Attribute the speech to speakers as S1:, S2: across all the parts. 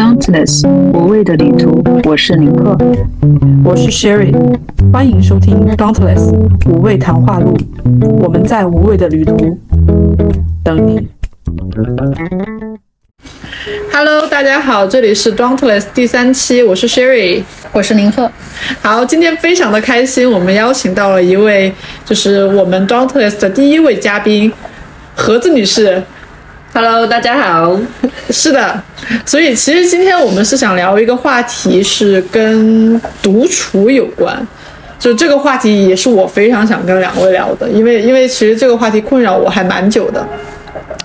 S1: Dauntless，无畏的旅途。我是林克，
S2: 我是 Sherry，欢迎收听 Dauntless 无畏谈话录。我们在无畏的旅途等你。Hello，大家好，这里是 Dauntless 第三期，我是 Sherry。
S3: 我是林鹤，
S2: 好，今天非常的开心，我们邀请到了一位，就是我们 Dauntless 的第一位嘉宾，盒子女士。
S4: Hello，大家好。
S2: 是的，所以其实今天我们是想聊一个话题，是跟独处有关。就这个话题也是我非常想跟两位聊的，因为因为其实这个话题困扰我还蛮久的。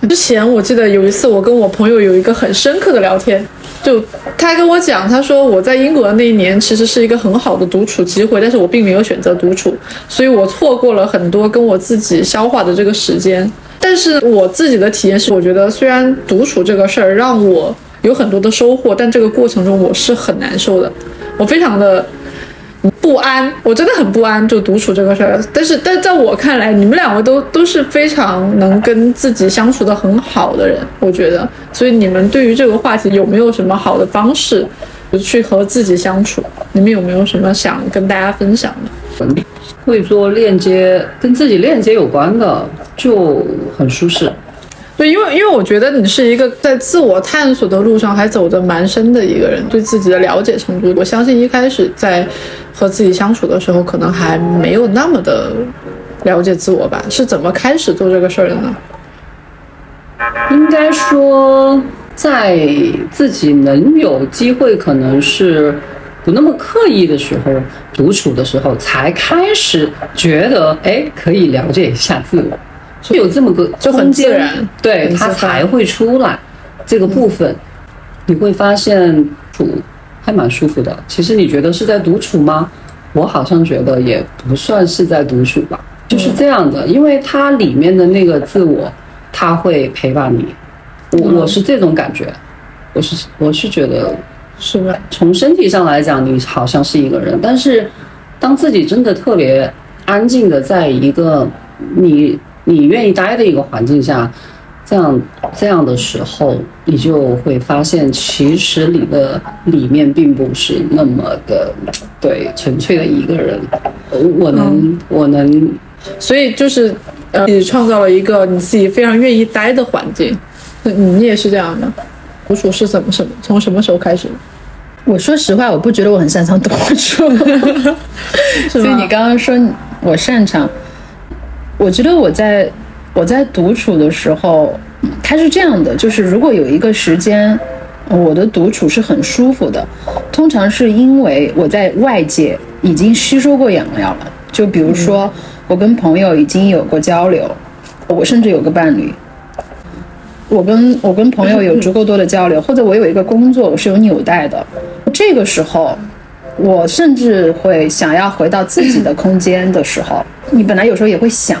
S2: 之前我记得有一次我跟我朋友有一个很深刻的聊天，就他跟我讲，他说我在英国的那一年其实是一个很好的独处机会，但是我并没有选择独处，所以我错过了很多跟我自己消化的这个时间。但是我自己的体验是，我觉得虽然独处这个事儿让我有很多的收获，但这个过程中我是很难受的，我非常的不安，我真的很不安，就独处这个事儿。但是，但在我看来，你们两位都都是非常能跟自己相处的很好的人，我觉得。所以，你们对于这个话题有没有什么好的方式，就去和自己相处？你们有没有什么想跟大家分享的？
S4: 会做链接，跟自己链接有关的就很舒适。
S2: 对，因为因为我觉得你是一个在自我探索的路上还走得蛮深的一个人，对自己的了解程度，我相信一开始在和自己相处的时候，可能还没有那么的了解自我吧。是怎么开始做这个事儿的呢？
S4: 应该说，在自己能有机会，可能是不那么刻意的时候，独处的时候，才开始觉得，哎，可以了解一下自我，是有这么个
S2: 就很
S4: 空间
S2: 自然
S4: 对
S2: 很自
S4: 它
S2: 发
S4: 才会出来这个部分。你会发现处还蛮舒服的。其实你觉得是在独处吗？我好像觉得也不算是在独处吧，就是这样的，因为它里面的那个自我，它会陪伴你。我我是这种感觉，我是我是觉得
S2: 是吧？
S4: 从身体上来讲，你好像是一个人，但是当自己真的特别安静的在一个你你愿意待的一个环境下，这样这样的时候，你就会发现，其实你的里面并不是那么的对纯粹的一个人。呃我能我能
S2: 所以就是呃，你创造了一个你自己非常愿意待的环境。那你也是这样的？独处是怎么什么？从什么时候开始？
S3: 我说实话，我不觉得我很擅长独处，所以你刚刚说我擅长，我觉得我在我在独处的时候，它是这样的，就是如果有一个时间，我的独处是很舒服的，通常是因为我在外界已经吸收过养料了，就比如说我跟朋友已经有过交流，我甚至有个伴侣，我跟我跟朋友有足够多的交流，或者我有一个工作，我是有纽带的。这个时候，我甚至会想要回到自己的空间的时候，你本来有时候也会想，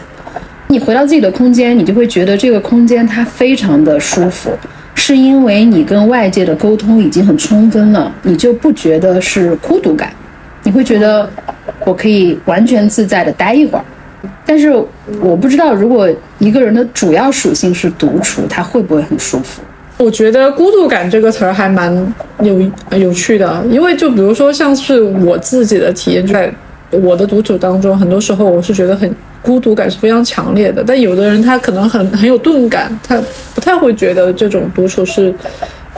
S3: 你回到自己的空间，你就会觉得这个空间它非常的舒服，是因为你跟外界的沟通已经很充分了，你就不觉得是孤独感，你会觉得我可以完全自在的待一会儿。但是我不知道，如果一个人的主要属性是独处，他会不会很舒服？
S2: 我觉得“孤独感”这个词儿还蛮有有趣的，因为就比如说像是我自己的体验，就在我的独处当中，很多时候我是觉得很孤独感是非常强烈的。但有的人他可能很很有钝感，他不太会觉得这种独处是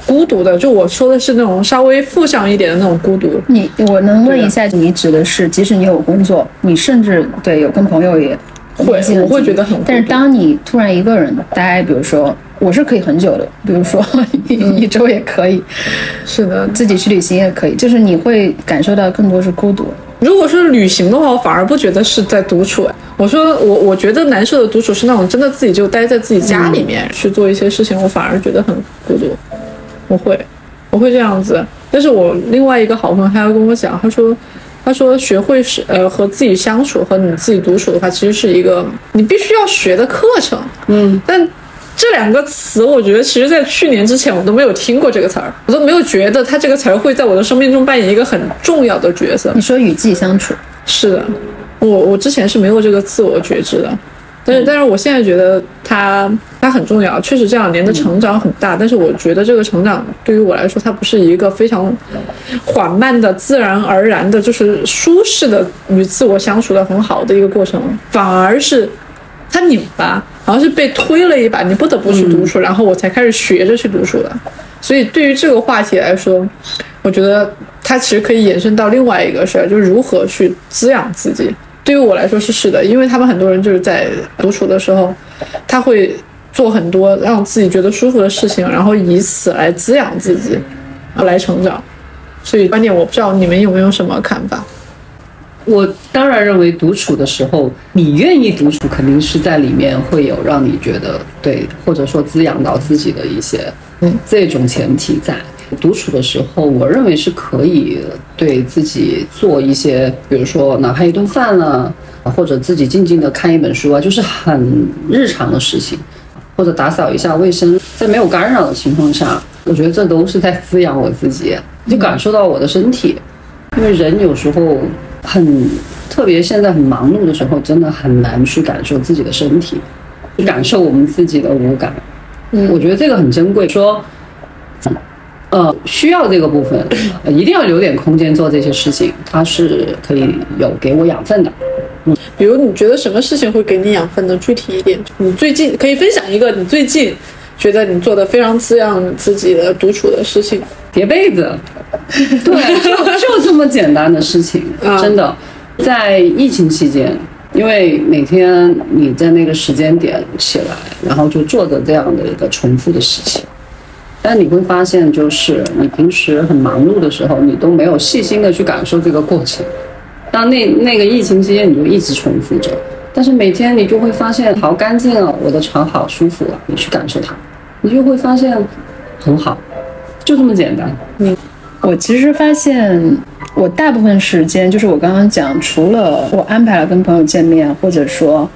S2: 孤独的。就我说的是那种稍微负向一点的那种孤独，
S3: 你我能问一下，你指的是，即使你有工作，你甚至对有跟朋友也
S2: 会
S3: 联系了
S2: 我会
S3: 几
S2: 觉得很孤独
S3: 但是当你突然一个人待，比如说我是可以很久的，比如说一 一周也可以，
S2: 嗯是的，
S3: 自己去旅行也可以，就是你会感受到更多是孤独。
S2: 如果是旅行的话，我反而不觉得是在独处。哎我说我我觉得难受的独处是那种真的自己就待在自己家里面、去做一些事情，我反而觉得很孤独。我会，我会这样子。但是我另外一个好朋友他要跟我讲，他说，他说学会是呃和自己相处和你自己独处的话，其实是一个你必须要学的课程。嗯，但这两个词，我觉得其实在去年之前我都没有听过这个词儿，我都没有觉得它这个词儿会在我的生命中扮演一个很重要的角色
S3: 你。说与自己相处，
S2: 是的，我我之前是没有这个自我觉知的，但是但是我现在觉得它它很重要，确实这两年的成长很大，但是我觉得这个成长对于我来说，它不是一个非常缓慢的、自然而然的，就是舒适的与自我相处的很好的一个过程，反而是它拧巴，好像是被推了一把，你不得不去读书，然后我才开始学着去读书的。所以对于这个话题来说，我觉得它其实可以延伸到另外一个事儿，就是如何去滋养自己。对于我来说是是的，因为他们很多人就是在独处的时候，他会做很多让自己觉得舒服的事情，然后以此来滋养自己，来成长。所以观点我不知道你们有没有什么看法？
S4: 我当然认为独处的时候，你愿意独处，肯定是在里面会有让你觉得对，或者说滋养到自己的一些
S2: 嗯
S4: 这种前提在。独处的时候，我认为是可以对自己做一些，比如说哪怕一顿饭了，或者自己静静的看一本书啊，就是很日常的事情，或者打扫一下卫生，在没有干扰的情况下，我觉得这都是在滋养我自己，就感受到我的身体。因为人有时候很，特别现在很忙碌的时候，真的很难去感受自己的身体，去感受我们自己的五感。
S2: 嗯
S4: 我觉得这个很珍贵。说，呃，需要这个部分，呃一定要留点空间做这些事情，它是可以有给我养分的。
S2: 比如你觉得什么事情会给你养分呢？具体一点，你最近可以分享一个你最近觉得你做的非常滋养自己的独处的事情。
S4: 叠被子，对，就就这么简单的事情
S2: 嗯，
S4: 真的，在疫情期间，因为每天你在那个时间点起来，然后就做着这样的一个重复的事情，但你会发现，就是你平时很忙碌的时候，你都没有细心的去感受这个过程。当那那个疫情期间，你就一直重复着，但是每天你就会发现好干净啊，我的床好舒服啊，你去感受它，你就会发现很好，就这么简单。
S3: 我其实发现，我大部分时间就是我刚刚讲，除了我安排了跟朋友见面，或者说，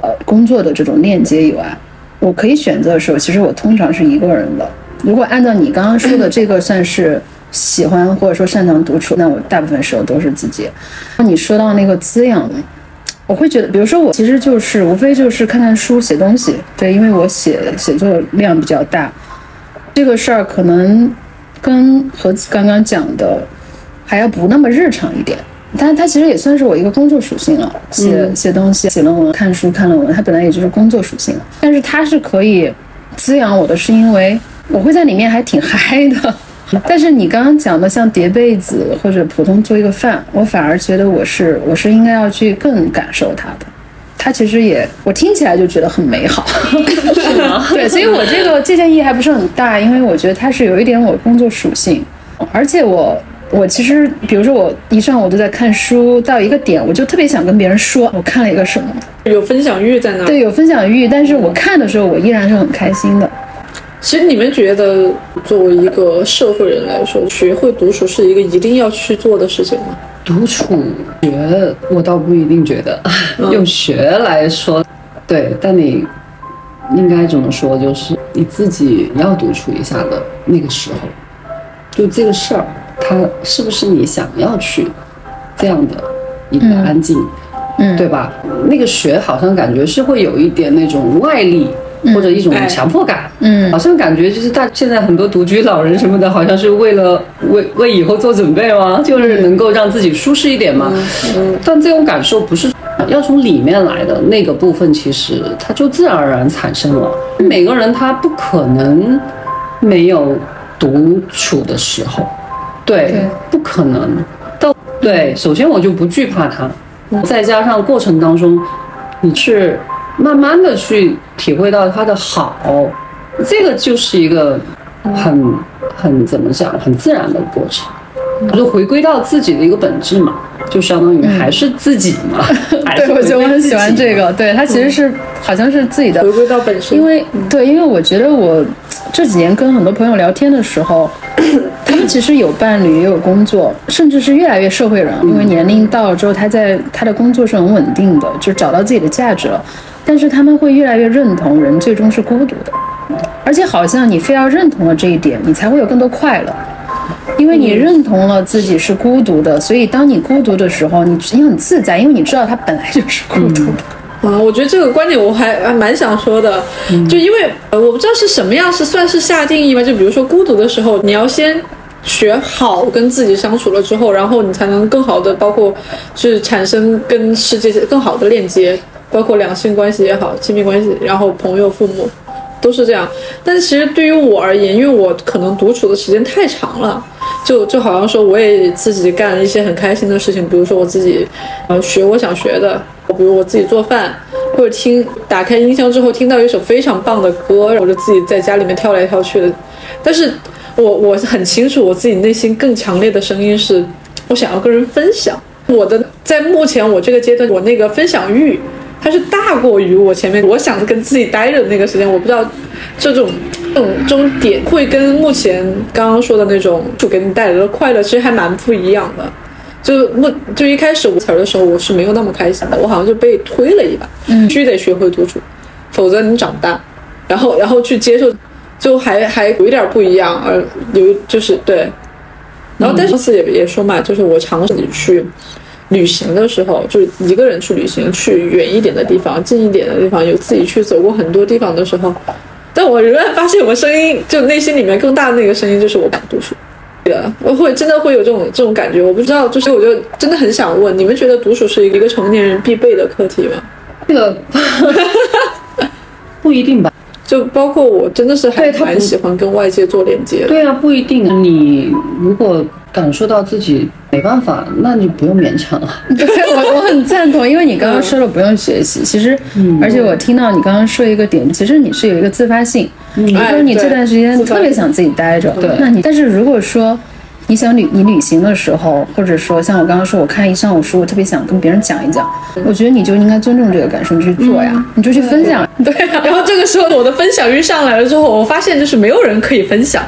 S3: 呃，工作的这种链接以外，我可以选择的时候，其实我通常是一个人的。如果按照你刚刚说的这个算是喜欢或者说擅长独处，那我大部分时候都是自己。那你说到那个滋养，我会觉得，比如说我其实就是无非就是看看书、写东西，对，因为我写写作量比较大，这个事儿可能跟和刚刚讲的还要不那么日常一点。但它其实也算是我一个工作属性了，写、写东西、写论文、看书、看论文，它本来也就是工作属性了。但是它是可以滋养我的，是因为我会在里面还挺嗨的。 但是你刚刚讲的像叠被子或者普通做一个饭，我反而觉得我是我是应该要去更感受它的。它其实也，我听起来就觉得很美好， 对，所以我这个借鉴意义还不是很大，因为我觉得它是有一点我工作属性，而且我我其实，比如说我一上午都在看书，到一个点我就特别想跟别人说我看了一个什么，
S4: 嗯
S2: 有分享欲在那儿。
S3: 对，有分享欲，但是我看的时候我依然是很开心的。
S2: 其实你们觉得，作为一个社会人来说，学会独处是一个一定要去做的事情吗？
S4: 独处学，我倒不一定觉得，
S3: 嗯
S4: 用学来说，对，但你应该怎么说，就是你自己要独处一下的那个时候，就这个事儿，它是不是你想要去这样的一个安静，
S3: 嗯
S4: 对吧？那个学好像感觉是会有一点那种外力。或者一种
S2: 哎
S4: 强迫感，
S3: 嗯
S4: 好像感觉就是大现在很多独居老人什么的，好像是为了为为以后做准备吗？就是能够让自己舒适一点嘛。
S3: 嗯
S4: 但这种感受不是要从里面来的那个部分，其实它就自然而然产生了。每个人他不可能没有独处的时候，对，
S3: 对
S4: 不可能。但对，首先我就不惧怕它，再加上过程当中，你是慢慢的去体会到它的好，这个就是一个很很怎么讲，很自然的过程。就回归到自己的一个本质嘛，就相当于还是自己嘛。还 是
S3: 嗯 对，我觉得我
S4: 回归
S3: 很
S4: 自己
S3: 喜欢这
S4: 嘛。嗯
S3: 个，对它其实是、好像是自己的
S2: 回归到本身，
S3: 因为对，因为我觉得我这几年跟很多朋友聊天的时候，他们其实有伴侣，也有工作，甚至是越来越社会人。因为年龄到了之后，他在他的工作是很稳定的，就是找到自己的价值了。但是他们会越来越认同人最终是孤独的，而且好像你非要认同了这一点，你才会有更多快乐。因为你认同了自己是孤独的，所以当你孤独的时候，你你很自在，因为你知道他本来就是孤独的。
S2: 啊，我觉得这个观点我还还蛮想说的，就因为呃我不知道是什么样是算是下定义吧，就比如说孤独的时候，你要先学好跟自己相处了之后，然后你才能更好的包括是产生跟世界更好的链接，包括两性关系也好，亲密关系，然后朋友、父母都是这样。但其实对于我而言，因为我可能独处的时间太长了。就就好像说，我也自己干了一些很开心的事情，比如说我自己，呃，学我想学的，比如我自己做饭，或者听打开音箱之后听到一首非常棒的歌，我就自己在家里面跳来跳去的。但是我我很清楚，我自己内心更强烈的声音是，我想要跟人分享我的，在目前我这个阶段，我那个分享欲。它是大过于我前面我想跟自己待着的那个时间，我不知道这种这种这种点会跟目前刚刚说的那种就给你带来的快乐其实还蛮不一样的。就目就一开始无词儿的时候，我是没有那么开心的，我好像就被推了一把，必须得学会独处，否则你长大，然后然后去接受，就还还有一点不一样，而有就是对。然后但是上次也也说嘛，就是我尝试去旅行的时候，就是一个人去旅行，去远一点的地方，近一点的地方，有自己去走过很多地方的时候，但我仍然发现我声音，就内心里面更大的那个声音，就是我不想读书。对的，我会真的会有这种这种感觉，我不知道，就是我就真的很想问，你们觉得独处是一个成年人必备的课题吗？
S4: 这个 不一定吧？
S2: 就包括我真的是还
S4: 对它不
S2: 蛮喜欢跟外界做连接的。
S4: 对啊，不一定。你如果感受到自己没办法，那你不用勉强 啊。
S3: 对，我我很赞同，因为你刚
S2: 嗯
S3: 刚说了不用学习，其实，而且我听到你刚刚说一个点，其实你是有一个自发性，比如
S2: 哎
S3: 说你这
S2: 对
S3: 段时间
S2: 自发
S3: 特别想自己待着，对，那你但是如果说你想旅你旅行的时候，或者说像我刚刚说，我看一上午书，我特别想跟别人讲一讲，
S2: 嗯
S3: 我觉得你就应该尊重这个感受，你去做呀，你就去分享，
S2: 对啊，然后这个时候我的分享欲上来了之后，我发现就是没有人可以分享。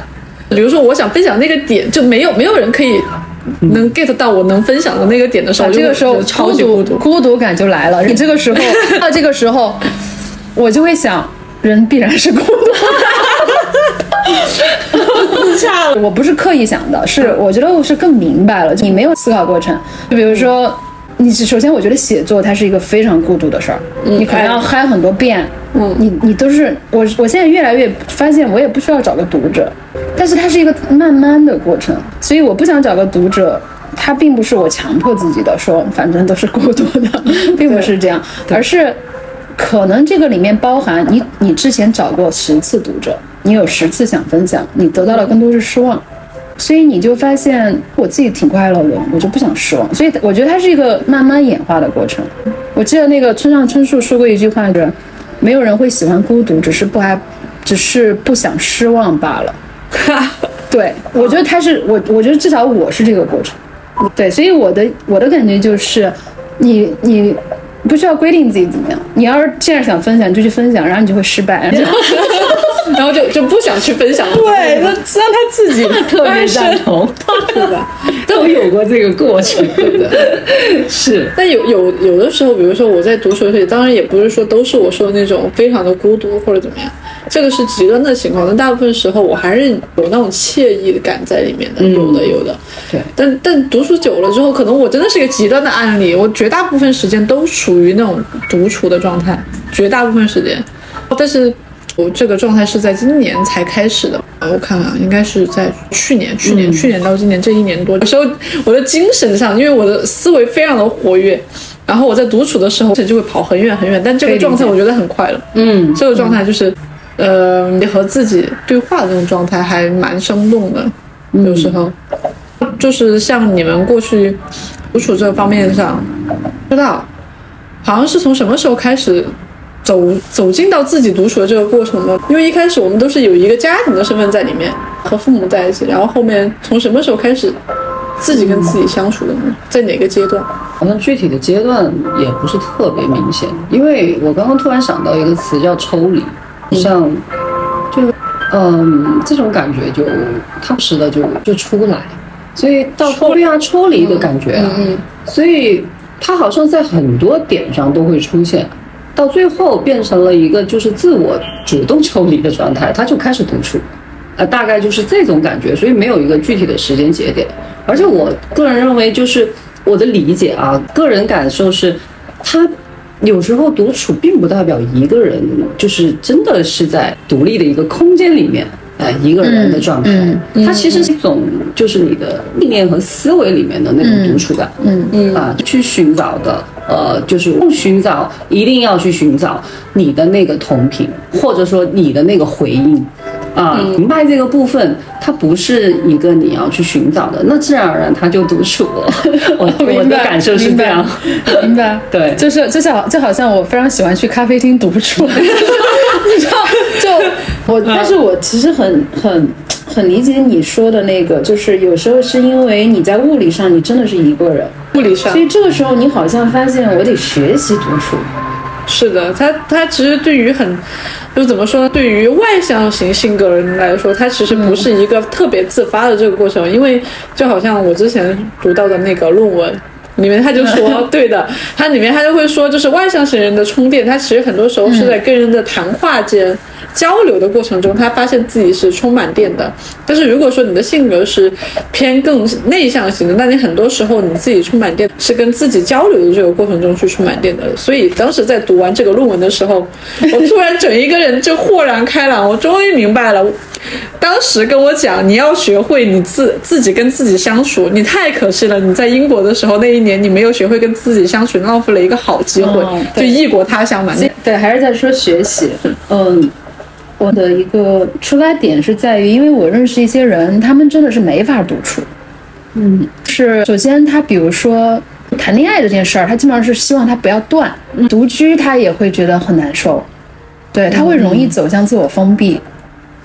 S2: 比如说我想分享那个点，就没有没有人可以能 get 到我能分享的那个点的时候，
S3: 啊，这
S2: 就
S3: 个
S2: 会
S3: 时候
S2: 觉得超级
S3: 孤
S2: 孤独。
S3: 孤独感就来 了。你这个时候到这个时候，我就会想，人必然是孤独。 我不是刻意想的，
S2: 嗯
S3: 是我觉得我是更明白了，就你没有思考过程。就比如说，你首先我觉得写作它是一个非常孤独的事儿，
S2: 嗯
S3: 你可能
S2: 哎
S3: 要嗨很多遍，嗯，你你都是我我现在越来越发现我也不需要找个读者，但是它是一个慢慢的过程，所以我不想找个读者，它并不是我强迫自己的说，反正都是孤独的， 并不是这样，而是可能这个里面包含你你之前找过十次读者，你有十次想分享，你得到的更多是失望。所以你就发现我自己挺快乐的，我就不想失望。所以我觉得它是一个慢慢演化的过程。我记得那个村上春树说过一句话是：没有人会喜欢孤独，只是不还，只是不想失望罢了。对，我觉得他是我，我觉得至少我是这个过程。对，所以我的我的感觉就是，你你不需要规定自己怎么样，你要是现在想分享你就去分享，然后你就会失败。然后
S2: 然后就就不想去分享。
S5: 对，那让他自 己
S4: 特别赞 同，但我有过这个过程， 是
S2: 但有有有的时候，比如说我在读书的时候，当然也不是说都是我说的那种非常的孤独或者怎么样，这个是极端的情况。但大部分时候我还是有那种惬意的感在里面的，有的有的。
S4: 对
S2: 但但读书久了之后，可能我真的是一个极端的案例，我绝大部分时间都属于那种独处的状态，绝大部分时间。但是我这个状态是在今年才开始的，呃我看看啊，应该是在去年，去年，去年到今年这一年多，有时候我的精神上，因为我的思维非常的活跃。然后我在独处的时候，就会跑很远很远，但这个状态我觉得很快乐。嗯，这个状态就是，呃，你和自己对话的那种状态还蛮生动的，有时候。就是像你们过去独处这方面上，不知道，好像是从什么时候开始走走进到自己独处的这个过程呢？因为一开始我们都是有一个家庭的身份在里面，和父母在一起，然后后面从什么时候开始自己跟自己相处的呢？在哪个阶段？
S4: 好像具体的阶段也不是特别明显，因为我刚刚突然想到一个词叫抽离，像就嗯这种感觉就踏实的就就出来，所以到抽离啊抽离的感觉啊，所以它好像在很多点上都会出现，到最后变成了一个就是自我主动抽离的状态，他就开始独处。呃，大概就是这种感觉，所以没有一个具体的时间节点。而且我个人认为，就是我的理解啊，个人感受是，它有时候独处并不代表一个人，就是真的是在独立的一个空间里面，哎，一个人的状态，
S3: 嗯嗯
S4: 它其实是一种就是你的意念和思维里面的那种独处感，
S3: 嗯
S4: 嗯啊，去寻找的，呃，就是不寻找，一定要去寻找你的那个同频，或者说你的那个回应。啊，
S3: 嗯
S4: 明白这个部分，它不是一个你要去寻找的，那自然而然它就独处了。 我我
S3: 明
S4: 的
S3: 白
S4: 感受是这样，
S3: 明白？
S4: 对
S3: 就是就像就好像我非常喜欢去咖啡厅独处， 你知道，就我，但是我其实很很很理解你说的那个，就是有时候是因为你在物理上你真的是一个人，
S2: 物理上
S3: 所以这个时候你好像发现我得学习独处，
S2: 是的，他他其实对于很，就是怎么说呢？对于外向型性格人来说，他其实不是一个特别自发的这个过程，因为就好像我之前读到的那个论文。里面他就说，对的，他里面他就会说，就是外向型人的充电，他其实很多时候是在跟人的谈话间、交流的过程中，他发现自己是充满电的。但是如果说你的性格是偏更内向型的，那你很多时候你自己充满电是跟自己交流的这个过程中去充满电的。所以当时在读完这个论文的时候，我突然整一个人就豁然开朗，我终于明白了。当时跟我讲，你要学会你自自己跟自己相处，你太可惜了。你在英国的时候那一年，你没有学会跟自己相处，浪费了一个好机会，
S3: 哦
S2: 就
S3: 对
S2: 异国他乡嘛。
S3: 所以对，还是在说学习。嗯，我的一个出发点是在于，因为我认识一些人，他们真的是没法独处。嗯，是首先他比如说谈恋爱这件事儿，他基本上是希望他不要断。独居他也会觉得很难受，对他会容易走向自我封闭。
S2: 嗯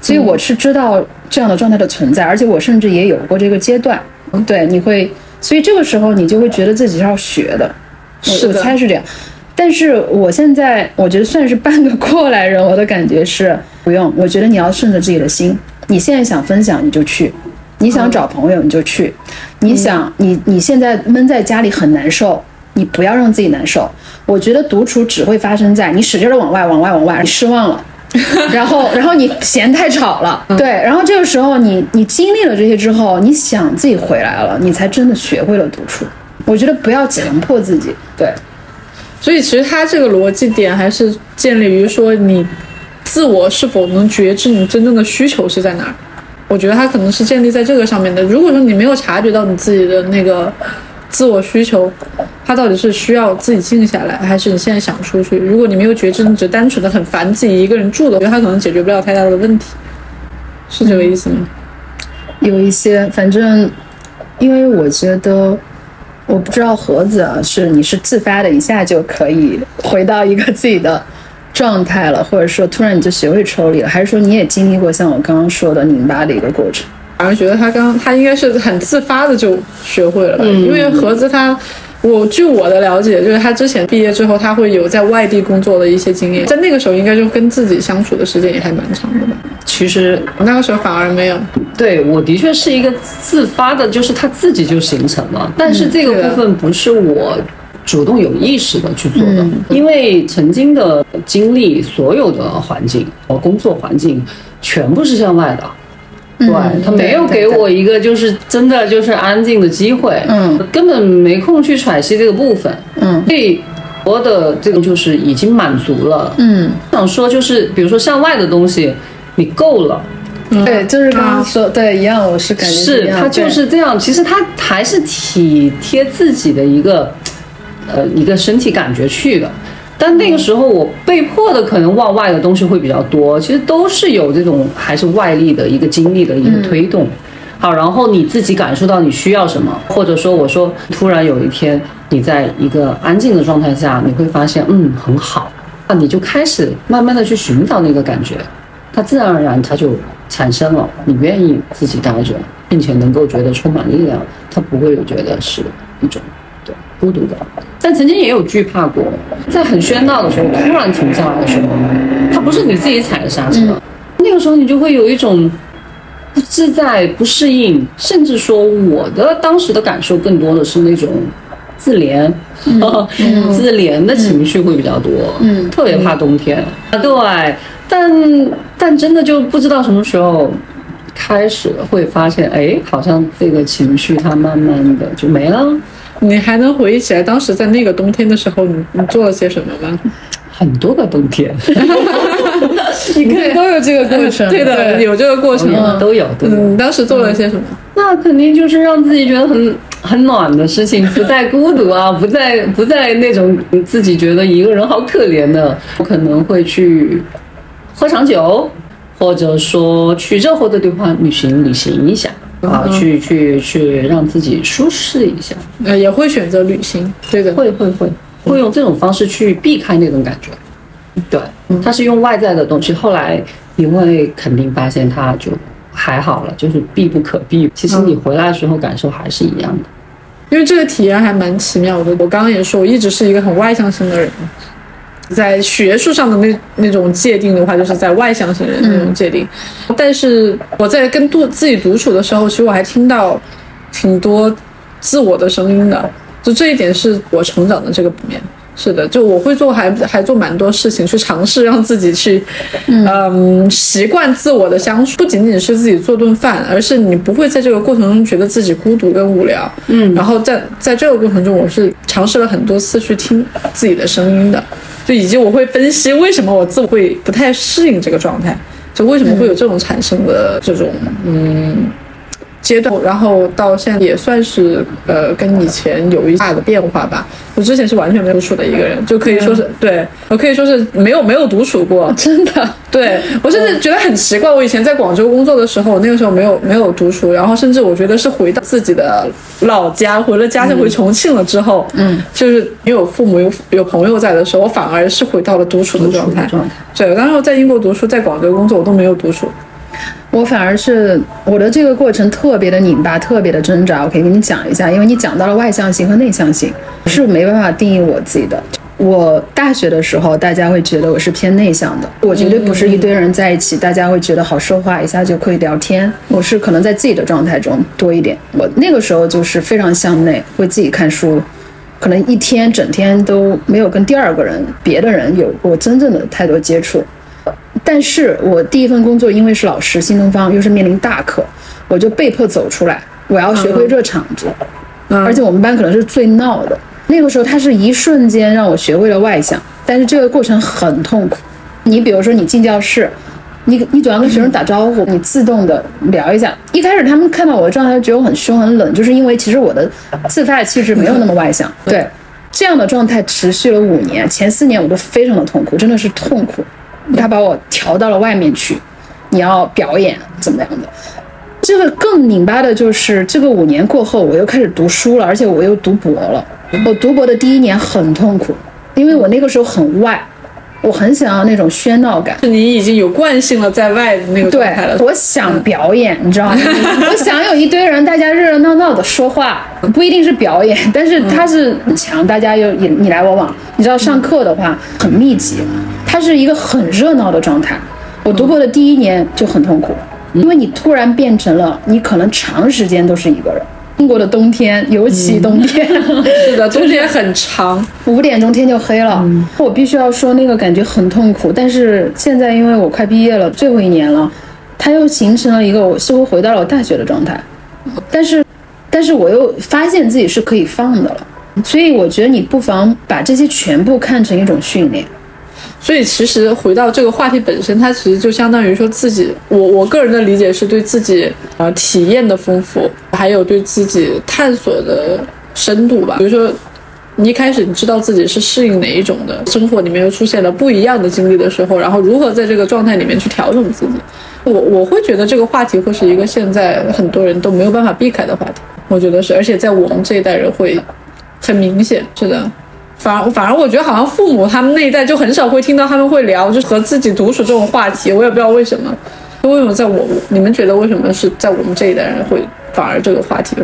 S3: 所以我是知道这样的状态的存在，而且我甚至也有过这个阶段。
S2: 嗯
S3: 对，你会，所以这个时候你就会觉得自己是要学的。我
S2: 是
S3: 我
S2: 的
S3: 猜是这样。但是我现在我觉得算是半个过来人，我的感觉是不用。我觉得你要顺着自己的心，你现在想分享你就去，你想找朋友你就去，你
S2: 嗯
S3: 想你你现在闷在家里很难受，你不要让自己难受。我觉得独处只会发生在你使劲的往外往外往外，你失望 了。然后，然后你嫌太吵了，对，然后这个时候你你经历了这些之后，你想自己回来了，你才真的学会了独处。我觉得不要强迫自己，对，
S2: 所以其实他这个逻辑点还是建立于说你自我是否能觉知你真正的需求是在哪儿。我觉得他可能是建立在这个上面的。如果说你没有察觉到你自己的那个自我需求，它到底是需要自己静下来，还是你现在想出去？如果你没有觉知，你只单纯的很烦自己一个人住的，我觉得他可能解决不了太大的问题，是这个意思吗？
S3: 有一些，反正因为我觉得，我不知道盒子啊，是你是自发的，一下就可以回到一个自己的状态了，或者说突然你就学会抽离了，还是说你也经历过像我刚刚说的拧巴的一个过程？
S2: 反而觉得他刚他应该是很自发的就学会了吧，因为盒子他。我据我的了解，就是他之前毕业之后，他会有在外地工作的一些经验，在那个时候应该就跟自己相处的时间也还蛮长的吧。
S4: 其实
S2: 我那个时候反而没有，
S4: 对我的确是一个自发的，就是它自己就形成了，但是
S2: 对
S4: 这个
S2: 的
S4: 部分不是我主动有意识的去做的，
S3: 嗯
S4: 因为曾经的经历，所有的环境，我工作环境全部是向外的。
S3: 嗯
S4: 对，他没有给我一个就是真的就是安静的机会，
S3: 嗯，
S4: 根本没空去喘息这个部分，
S3: 嗯，
S4: 所以我的这个就是已经满足了，
S3: 嗯，
S4: 想说就是比如说向外的东西，你够了，
S2: 嗯
S3: 对，就是刚刚说、对一样，我是感觉一
S4: 嗯啊是
S3: 样
S4: 他就
S3: 对
S4: 是这样，其实他还是体贴自己的一个呃一个身体感觉去的。但那个时候我被迫的可能往外的东西会比较多，其实都是有这种还是外力的一个经历的一个推动。好，然后你自己感受到你需要什么，或者说我说突然有一天你在一个安静的状态下，你会发现嗯很好，那你就开始慢慢的去寻找那个感觉。它自然而然它就产生了，你愿意自己待着，并且能够觉得充满力量，它不会觉得是一种对孤独的。但曾经也有惧怕过，在很喧闹的时候突然停下来的时候，它不是你自己踩的刹车，
S3: 嗯
S4: 那个时候你就会有一种。不自在、不适应，甚至说我的当时的感受更多的是那种自怜、 自怜的情绪会比较多，
S3: 嗯
S4: 特别怕冬天啊，对，但但真的就不知道什么时候开始会发现，哎，好像这个情绪它慢慢的就没了，
S2: 你还能回忆起来当时在那个冬天的时候，你你做了些什么吗？
S4: 很多个冬天，
S2: 你看都有这个
S3: 过程
S2: 对的，
S3: 对
S2: 有这个过程。
S4: 都有都有。
S2: 嗯，你当时做了些什么？
S4: 那肯定就是让自己觉得很很暖的事情，不再孤独啊， 不再不再那种自己觉得一个人好可怜的。我可能会去喝场酒，或者说去热乎的地方旅行旅行一下啊，去去去让自己舒适一下。
S2: 呃，也会选择旅行，对的。
S4: 会会会会用这种方式去避开那种感觉。嗯对，它是用外在的东西，后来你会肯定发现它就还好了，就是避不可避。其实你回来的时候感受还是一样的。
S2: 因为这个体验还蛮奇妙的。我刚刚也说，我一直是一个很外向型的人，在学术上的那那种界定的话，就是在外向型人的那种界定。但是我在跟独自己独处的时候，其实我还听到挺多自我的声音的，就这一点是我成长的这个面。是的，就我会做还还做蛮多事情，去尝试让自己去，嗯、习惯自我的相处。不仅仅是自己做顿饭，而是你不会在这个过程中觉得自己孤独跟无聊。嗯，然后在在这个过程中，我是尝试了很多次去听自己的声音的，就以及我会分析为什么我自我会不太适应这个状态，就为什么会有这种产生的这种嗯阶段，然后到现在也算是呃跟以前有一大的变化吧。我之前是完全没有独处的一个人，就可以说是、对我可以说是没有没有独处 过，
S3: 真的，
S2: 对我甚至觉得很奇怪，我以前在广州工作的时候，那个时候没有没有读书，然后甚至我觉得是回到自己的老家，回了家乡，回重庆了之后，嗯，就是因为有父母有有朋友在的时候，我反而是回到了独处的状态。
S4: 独处的状态
S2: 对，当时我在英国读书，在广州工作，我都没有读书。
S3: 我反而是我的这个过程特别的拧巴，特别的挣扎。我可以跟你讲一下，因为你讲到了外向性和内向性，是没办法定义我自己的。我大学的时候，大家会觉得我是偏内向的，我绝对不是一堆人在一起，大家会觉得好说话，一下就可以聊天。我是可能在自己的状态中多一点。我那个时候就是非常向内，会自己看书，可能一天整天都没有跟第二个人、别的人有过真正的太多接触。但是我第一份工作因为是老师，新东方又是面临大课，我就被迫走出来，我要学会热场子，
S2: 嗯
S3: 而且我们班可能是最闹的。那个时候，他是一瞬间让我学会了外向，但是这个过程很痛苦。你比如说，你进教室，你你总要跟学生打招呼，你自动的聊一下。一开始他们看到我的状态，觉得我很凶很冷，就是因为其实我的自发气质没有那么外向。对，这样的状态持续了五年，前四年我都非常的痛苦，真的是痛苦。他把我调到了外面去，你要表演怎么样的？这个更拧巴的就是，这个五年过后，我又开始读书了，而且我又读博了。我读博的第一年很痛苦，因为我那个时候很外，我很想要那种喧闹感。
S2: 就你已经有惯性了，在外的那个状
S3: 对
S2: 态了，。嗯
S3: 我想表演，你 知道吗？我想有一堆人，大家热热闹闹的说话，不一定是表演，
S2: 嗯
S3: 但是它是强，大家又你你来我往。你知道上课的话很密集，它是一个很热闹的状态。我读博的第一年就很痛苦，
S2: 嗯
S3: 因为你突然变成了你可能长时间都是一个人。英国的冬天，尤其冬天，
S2: 是的，冬天很长，
S3: 五点钟天就黑了，我必须要说那个感觉很痛苦。但是现在因为我快毕业了，最后一年了，它又形成了一个我似乎回到了我大学的状态，但是，但是我又发现自己是可以放的了。所以我觉得你不妨把这些全部看成一种训练。
S2: 所以其实回到这个话题本身，它其实就相当于说自己，我我个人的理解是对自己呃体验的丰富，还有对自己探索的深度吧。比如说，你一开始你知道自己是适应哪一种的生活里面又出现了不一样的经历的时候，然后如何在这个状态里面去调整自己。我我会觉得这个话题会是一个现在很多人都没有办法避开的话题，我觉得是，而且在我们这一代人会很明显，是的。反而反而我觉得好像父母他们那一代就很少会听到他们会聊就是和自己独处这种话题，我也不知道为什么。为什么在我你们觉得为什么是在我们这一代人会反而这个话题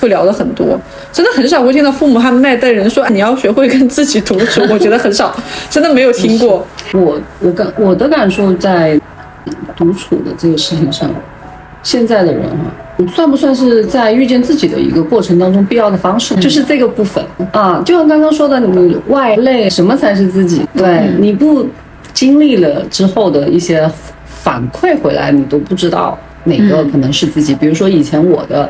S2: 会聊的很多？真的很少会听到父母他们那一代人说、啊你要学会跟自己独 处，我觉得很少，真的没有听过。
S4: 我我感我的感受在独处的这个事情上，现在的人啊，算不算是在遇见自己的一个过程当中必要的方式？就是这个部分啊，就像刚刚说的，你外累什么才是自己？对，你不经历了之后的一些反馈回来，你都不知道哪个可能是自己。比如说以前我的。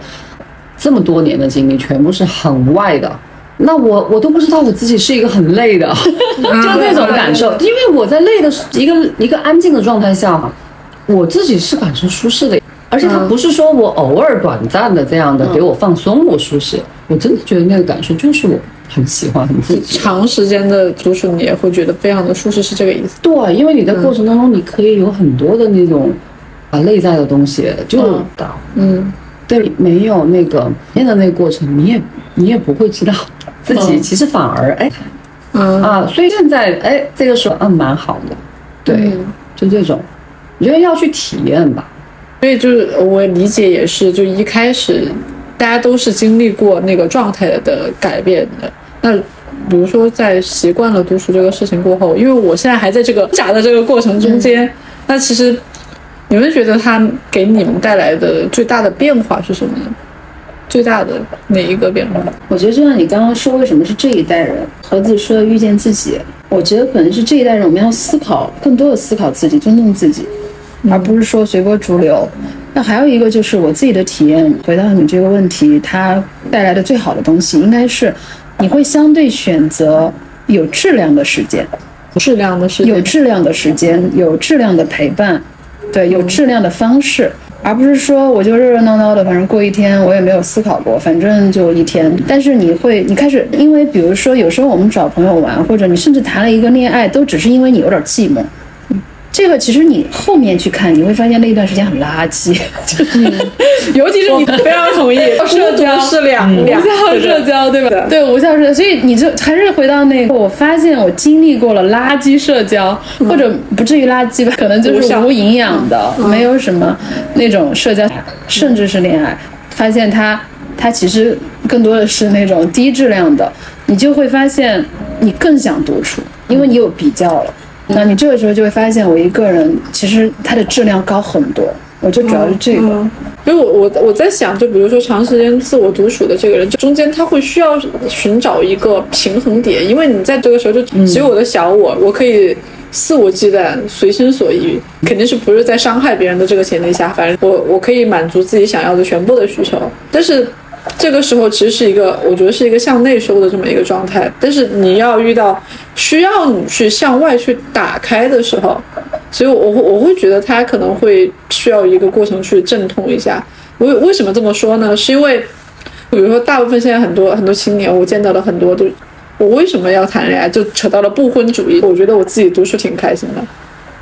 S4: 这么多年的经历全部是很外的，那我我都不知道我自己是一个很累的，就那种感受。因为我在累的一个一个安静的状态下，我自己是感受舒适的，而且它不是说我偶尔短暂的这样的给我放松，我舒适，我真的觉得那个感受就是我很喜欢很自己。
S2: 长时间的独处，你也会觉得非常的舒适，是这个意思？
S4: 对，因为你在过程当中，你可以有很多的那种啊内在的东西，就
S2: 嗯嗯，
S4: 对，没有那个练的那个过程，你也你也不会知道 自己其实反而哎、
S2: 嗯
S4: 啊，所以现在哎这个时候嗯蛮好的，对，就这种，我觉得要去体验吧。
S6: 所以就是我理解也是，就一开始大家都是经历过那个状态的改变的。那比如说在习惯了独处这个事情过后，因为我现在还在这个假的这个过程中间，那其实你们觉得它给你们带来的最大的变化是什么呢？最大的哪一个变化？
S3: 我觉得就像你刚刚说，为什么是这一代人？何子说的遇见自己，我觉得可能是这一代人，我们要思考更多的思考自己，尊重自己，而不是说随波逐流。那还有一个就是我自己的体验，回到你这个问题，它带来的最好的东西，应该是你会相对选择有质量的时间。
S6: 质量的事情
S3: 有质量的时间，有质量的陪伴，对，有质量的方式，而不是说我就热热闹闹的，反正过一天，我也没有思考过，反正就一天。但是你会，你开始，因为比如说，有时候我们找朋友玩，或者你甚至谈了一个恋爱，都只是因为你有点寂寞。这个其实你后面去看，你会发现那一段时间很垃圾，
S6: 尤其是你非常 同意，嗯社交是
S3: 嗯
S6: 两两
S2: 像社交对吧？
S3: 对无效社交，所以你就还是回到那个，我发现我经历过了垃圾社交，或者不至于垃圾吧，可能就
S2: 嗯无
S3: 是
S2: 效嗯
S3: 无营养的，没有什么那种社交，甚至是恋爱，发现它它其实更多的是那种低质量的，你就会发现你更想独处，因为你有比较了。那你这个时候就会发现，我一个人其实它的质量高很多。我就主要是这个，
S2: 嗯，因为我我我在想，就比如说长时间自我独处的这个人，就中间他会需要寻找一个平衡点，因为你在这个时候就只有我的小我，我可以肆无忌惮、随心所欲，肯定是不是在伤害别人的这个前提下，反正我我可以满足自己想要的全部的需求，但是。这个时候其实是一个，我觉得是一个向内收的这么一个状态，但是你要遇到需要你去向外去打开的时候，所以我会我会觉得他可能会需要一个过程去阵痛一下。为为什么这么说呢？是因为，比如说大部分现在很多很多青年，我见到的很多都，我为什么要谈恋爱？就扯到了不婚主义。我觉得我自己读书挺开心的，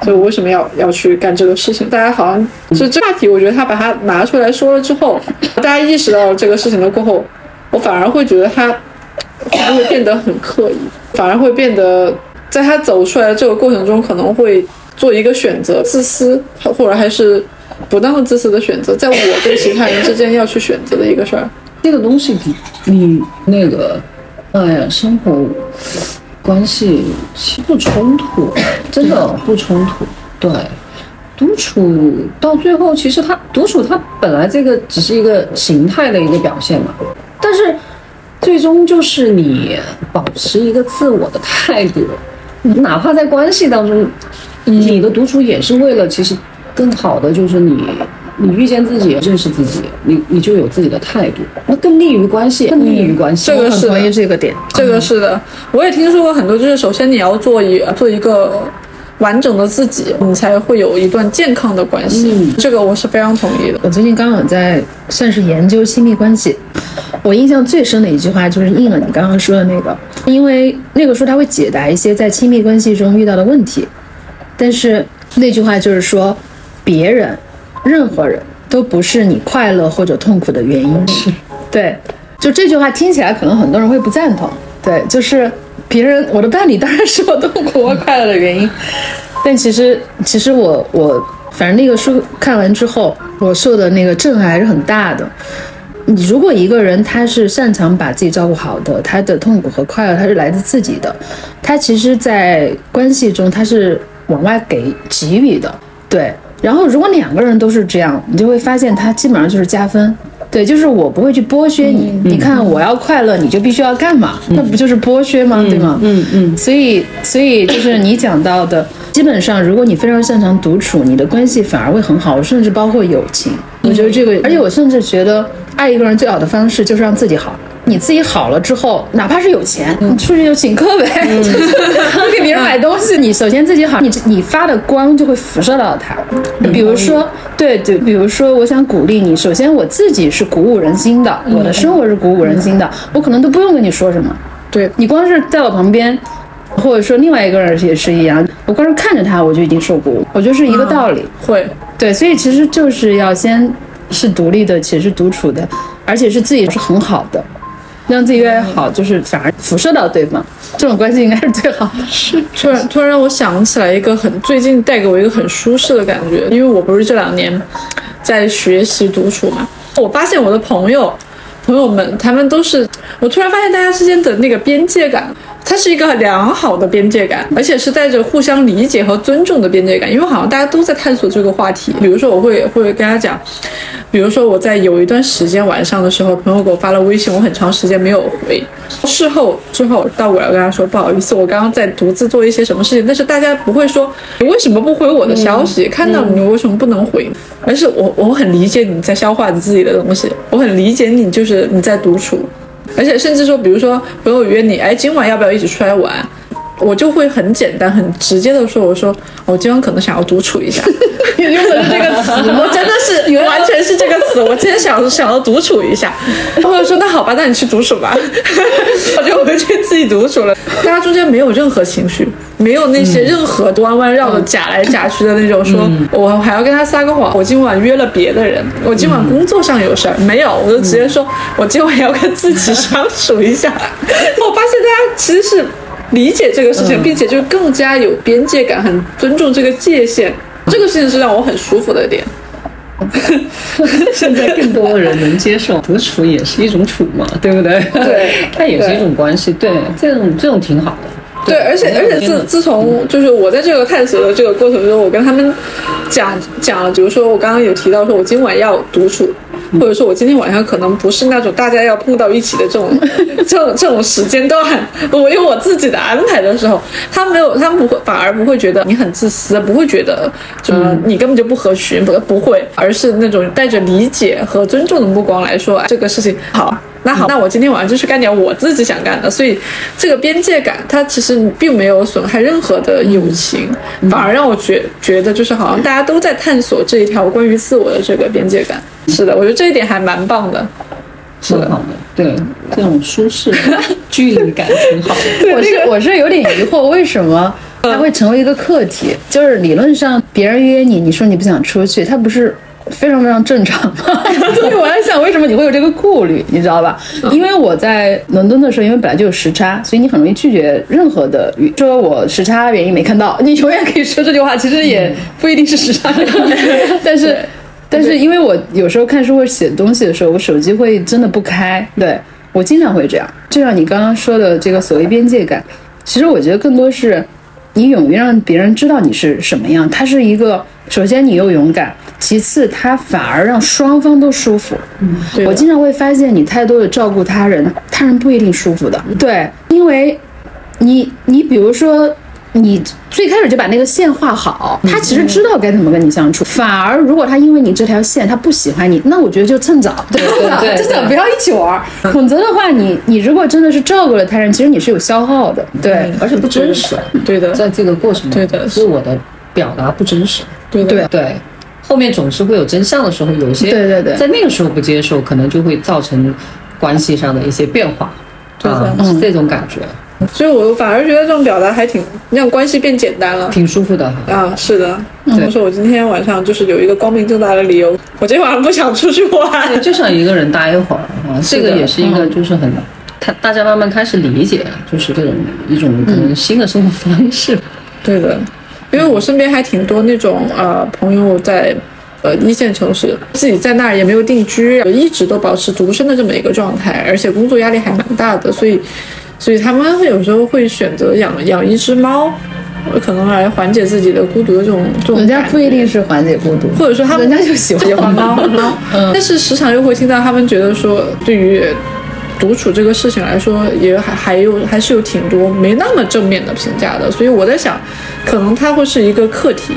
S2: 所以我为什么要要去干这个事情？大家好像就这话题，我觉得他把它拿出来说了之后，大家意识到了这个事情了过后，我反而会觉得他会不会变得很刻意，反而会变得在他走出来的这个过程中，可能会做一个选择，自私或者还是不那么自私的选择，在我跟其他人之间要去选择的一个事儿。
S4: 这个东西比你那个，哎呀，生活关系其实不 冲突，真的
S2: 啊
S4: 不冲突。对，独处到最后，其实它独处它本来这个只是一个形态的一个表现嘛，但是最终就是你保持一个自我的态度，哪怕在关系当中，你的独处也是为了其实更好的就是你。你遇见自己，认识自己，你你就有自己的态度，那更利于关系，更利于关系。
S2: 嗯这个是的
S3: 同意这个点。
S2: 这个是的，我也听说过很多，就是首先你要做一呃做一个完整的自己，你才会有一段健康的关系。这个我是非常同意的。
S3: 我最近刚好在算是研究亲密关系，我印象最深的一句话就是应了你刚刚说的那个，因为那个时候他会解答一些在亲密关系中遇到的问题，但是那句话就是说，别人、任何人都不是你快乐或者痛苦的原因。是，对，就这句话听起来可能很多人会不赞同，对，就是别人我的伴侣当然是我痛苦和快乐的原因，但其实其实我我反正那个书看完之后，我受的那个震撼还是很大的。你如果一个人他是擅长把自己照顾好的，他的痛苦和快乐他是来自自己的，他其实，在关系中他是往外给给予的，对。然后如果两个人都是这样，你就会发现他基本上就是加分，对，就是我不会去剥削你，你看我要快乐，你就必须要干嘛，那不就是剥削吗？对吗？嗯嗯。所以所以就是你讲到的，基本上如果你非常擅长独处，你的关系反而会很好，甚至包括友情。我觉得这个，而且我甚至觉得爱一个人最好的方式就是让自己好。你自己好了之后，哪怕是有钱，你出去就请客呗，你 给别人买东西。你首先自己好，你你发的光就会辐射到他。比如说，对对，比如说，我想鼓励你，首先我自己是鼓舞人心的，我的生活是鼓舞人心的，我可能都不用跟你说什么。
S2: 对
S3: 你光是在我旁边，或者说另外一个人也是一样，我光是看着他，我就已经受鼓舞，我就是一个道理。
S2: 会，
S3: 对，所以其实就是要先是独立的，且是独处的，而且是自己是很好的，让自己越来越好，就是反而辐射到对方，这种关系应该是最好的。
S2: 突然突然让我想起来一个很最近带给我一个很舒适的感觉，因为我不是这两年在学习独处嘛，我发现我的朋友朋友们他们都是，我突然发现大家之间的那个边界感，它是一个良好的边界感，而且是带着互相理解和尊重的边界感，因为好像大家都在探索这个话题。比如说我会会跟他讲，比如说我在有一段时间晚上的时候，朋友给我发了微信，我很长时间没有回。事后之后到我来跟他说，不好意思，我刚刚在独自做一些什么事情，但是大家不会说你为什么不回我的消息，看到你为什么不能回，而是我我很理解你在消化你自己的东西，我很理解你就是你在独处，而且甚至说，比如说朋友约你，哎，今晚要不要一起出来玩？我就会很简单、很直接的说，我说我今晚可能想要独处一下，用的是这个词， 我真的是完全是这个词，我今天想想要独处一下，或者说那好吧，那你去独处吧， 我就回去自己独处了。大家中间没有任何情绪，没有那些任何弯弯绕的假来假去的那种说，我还要跟他撒个谎，我今晚约了别的人，我今晚工作上有事儿，没有，我就直接说，我今晚要跟自己相处一下。 我发现大家其实是。理解这个事情，并且就更加有边界感，很尊重这个界限，这个事情是让我很舒服的点。
S4: 现在更多的人能接受 独处也是一种处嘛，对不对？
S2: 对，
S4: 它也是一种关系，对，这种这种挺好的。
S2: 对，而且而且自自从就是我在这个探索的这个过程中，我跟他们讲讲了，比如说我刚刚有提到说我今晚要独处，或者说我今天晚上可能不是那种大家要碰到一起的这种这种这种时间段，我有我自己的安排的时候，他没有，他们不会，反而不会觉得你很自私，不会觉得什么你根本就不合群，不不会，而是那种带着理解和尊重的目光来说，哎这个事情好。那
S3: 嗯
S2: 好，那我今天晚上就去干点我自己想干的。所以这个边界感，它其实并没有损害任何的友情，
S3: 嗯
S2: 反而让我觉觉得就是好像大家都在探索这一条关于自我的这个边界感。是的，我觉得这一点还蛮棒的。
S4: 是好的，对，这种舒 适的距离感挺好 的。
S3: 我是我是有点疑惑，为什么它会成为一个课题？就是理论上别人约你，你说你不想出去，它不是。非常非常正常吗？ 所以我在想，为什么你会有这个顾虑，你知道吧？因为我在伦敦的时候，因为本来就有时差，所以你很容易拒绝任何的语。说我时差原因没看到，你永远可以说这句话，其实也不一定是时差原因， 但是但是因为我有时候看书或者写东西的时候，我手机会真的不开，对我经常会这样。就像你刚刚说的这个所谓边界感，其实我觉得更多是你勇于让别人知道你是什么样。它是一个，首先你又勇敢，其次它反而让双方都舒服。
S2: 对
S3: 我经常会发现，你太多的照顾他人，他人不一定舒服的。对，因为你你比如说。你最开始就把那个线画好，他其实知道该怎么跟你相处。反而如果他因为你这条线他不喜欢你，那我觉得就趁早，对
S4: 对对
S3: 趁早不要一起玩儿。否则的话，你你如果真的是照顾了他人，其实你是有消耗的。对，
S4: 而且不真实，
S2: 对的，
S4: 在这个过程中，
S2: 对的
S4: 是我的表达不真实。
S2: 对的，
S3: 对啊
S4: 对，后面总是会有真相的时候，有一些
S3: 对对对
S4: 在那个时候不接受，可能就会造成关系上的一些变化，
S2: 对的
S4: 啊，是这种感觉，
S2: 所以我反而觉得这种表达还挺让关系变简单了。
S4: 挺舒服的哈。
S3: 嗯
S2: 啊，是的，怎
S4: 对
S2: 么说？我今天晚上就是有一个光明正大的理由，我今天晚上不想出去玩。
S4: 对，就想一个人待一会儿啊，这个
S2: 的
S4: 也是一个就是很。他大家慢慢开始理解，就是这种一种可能新的生活方式。
S2: 对的，因为我身边还挺多那种呃朋友在呃一线城市，自己在那儿也没有定居，呃一直都保持独身的这么一个状态，而且工作压力还蛮大的，所以所以他们会有时候会选择养养一只猫，呃可能来缓解自己的孤独的这种这种
S3: 人家
S2: 感觉
S3: 不一定是缓解孤独，
S2: 或者说他们
S3: 人家就嗯喜欢
S2: 喜欢猫， 但是时常又会听到他们觉得说，对于独处这个事情来说，也还还有还是有挺多没那么正面的评价的，所以我在想，可能它会是一个课题，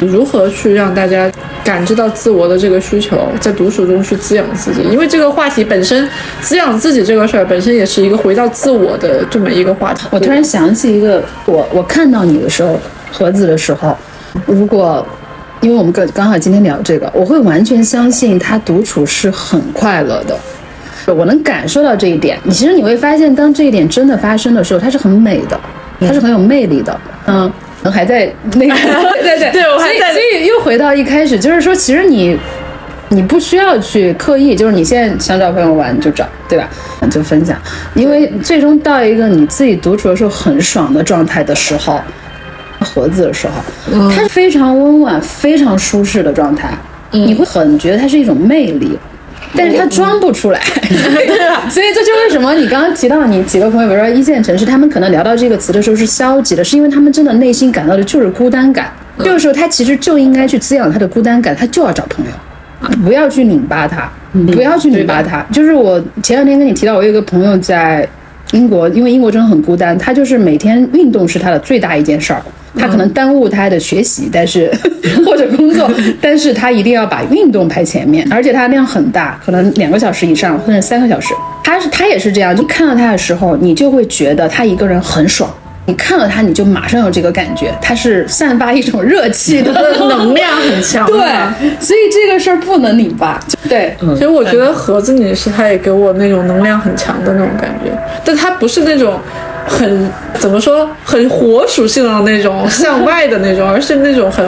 S2: 如何去让大家感知到自我的这个需求，在独处中去滋养自己。因为这个话题本身，滋养自己这个事儿本身也是一个回到自我的这么一个话题。
S3: 我突然想起一个，我我看到你的时候，盒子的时候，如果因为我们刚刚好今天聊这个，我会完全相信他独处是很快乐的。我能感受到这一点。你其实你会发现，当这一点真的发生的时候，它是很美的，它是很有魅力的。 嗯，还在那个，对对
S2: 对我还
S3: 所以
S2: 在
S3: 所以又回到一开始，就是说，其实你你不需要去刻意，就是你现在想找朋友玩就找，对吧？就分享，因为最终到一个你自己独处的时候很爽的状态的时候，盒子的时候，
S2: 嗯
S3: 它是非常温婉、非常舒适的状态，
S2: 嗯
S3: 你会很觉得它是一种魅力。但是他装不 出来， 所以这就是为什么你刚刚提到你几个朋友，比如说一线城市，他们可能聊到这个词的时候是消极的，是因为他们真的内心感到的就是孤单感。这个时候，他其实就应该去滋养他的孤单感，他就要找朋友，不要去拧巴他，不要去拧巴他。就是我前两天跟你提到，我有一个朋友在英国，因为英国真的很孤单，他就是每天运动是他的最大一件事儿。他可能耽误他的学习， 但是或者工作，但是他一定要把运动排前面，而且他量很大，可能两个小时以上，或者三个小时。他是他也是这样，就看到他的时候，你就会觉得他一个人很爽。你看到他，你就马上有这个感觉，他是散发一种热气的 能量很强。对， 所以这个事儿不能拧巴。就 对，
S2: 其实我觉得盒子女士她也给我那种能量很强的那种感觉，但她不是那种很怎么说很火属性的那种向外的那种，而是那种很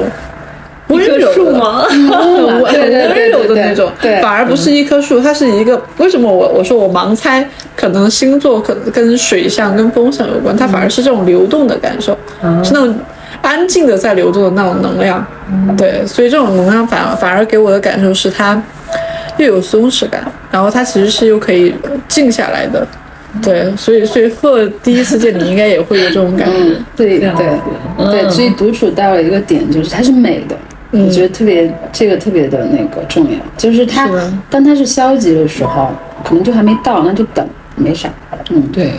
S2: 温柔
S7: 树
S2: 的。
S7: 吗？
S2: 很温
S3: 对对对
S2: 很温柔的那种，
S3: 对对对
S2: 反而不是一棵树，它是一个。为什么我我说我盲猜，可能星座可能跟水象、跟风象有关，它反而是这种流动的感受，
S3: 嗯
S2: 是那种安静的在流动的那种能量。
S3: 嗯
S2: 对，所以这种能量反反而给我的感受是它又有松弛感，然后它其实是又可以静下来的。
S3: 嗯
S2: 对，所以所以鹤第一次见你应该也会有这种感
S3: 嗯
S2: 觉。
S3: 对对
S2: 嗯
S3: 对，所以独处到了一个点，就是它是美的，我觉得特别这个特别的那个重要，就是它
S2: 嗯是啊的
S3: 当它是消极的时候，可能就还没到，那就等，没啥，嗯，
S4: 对，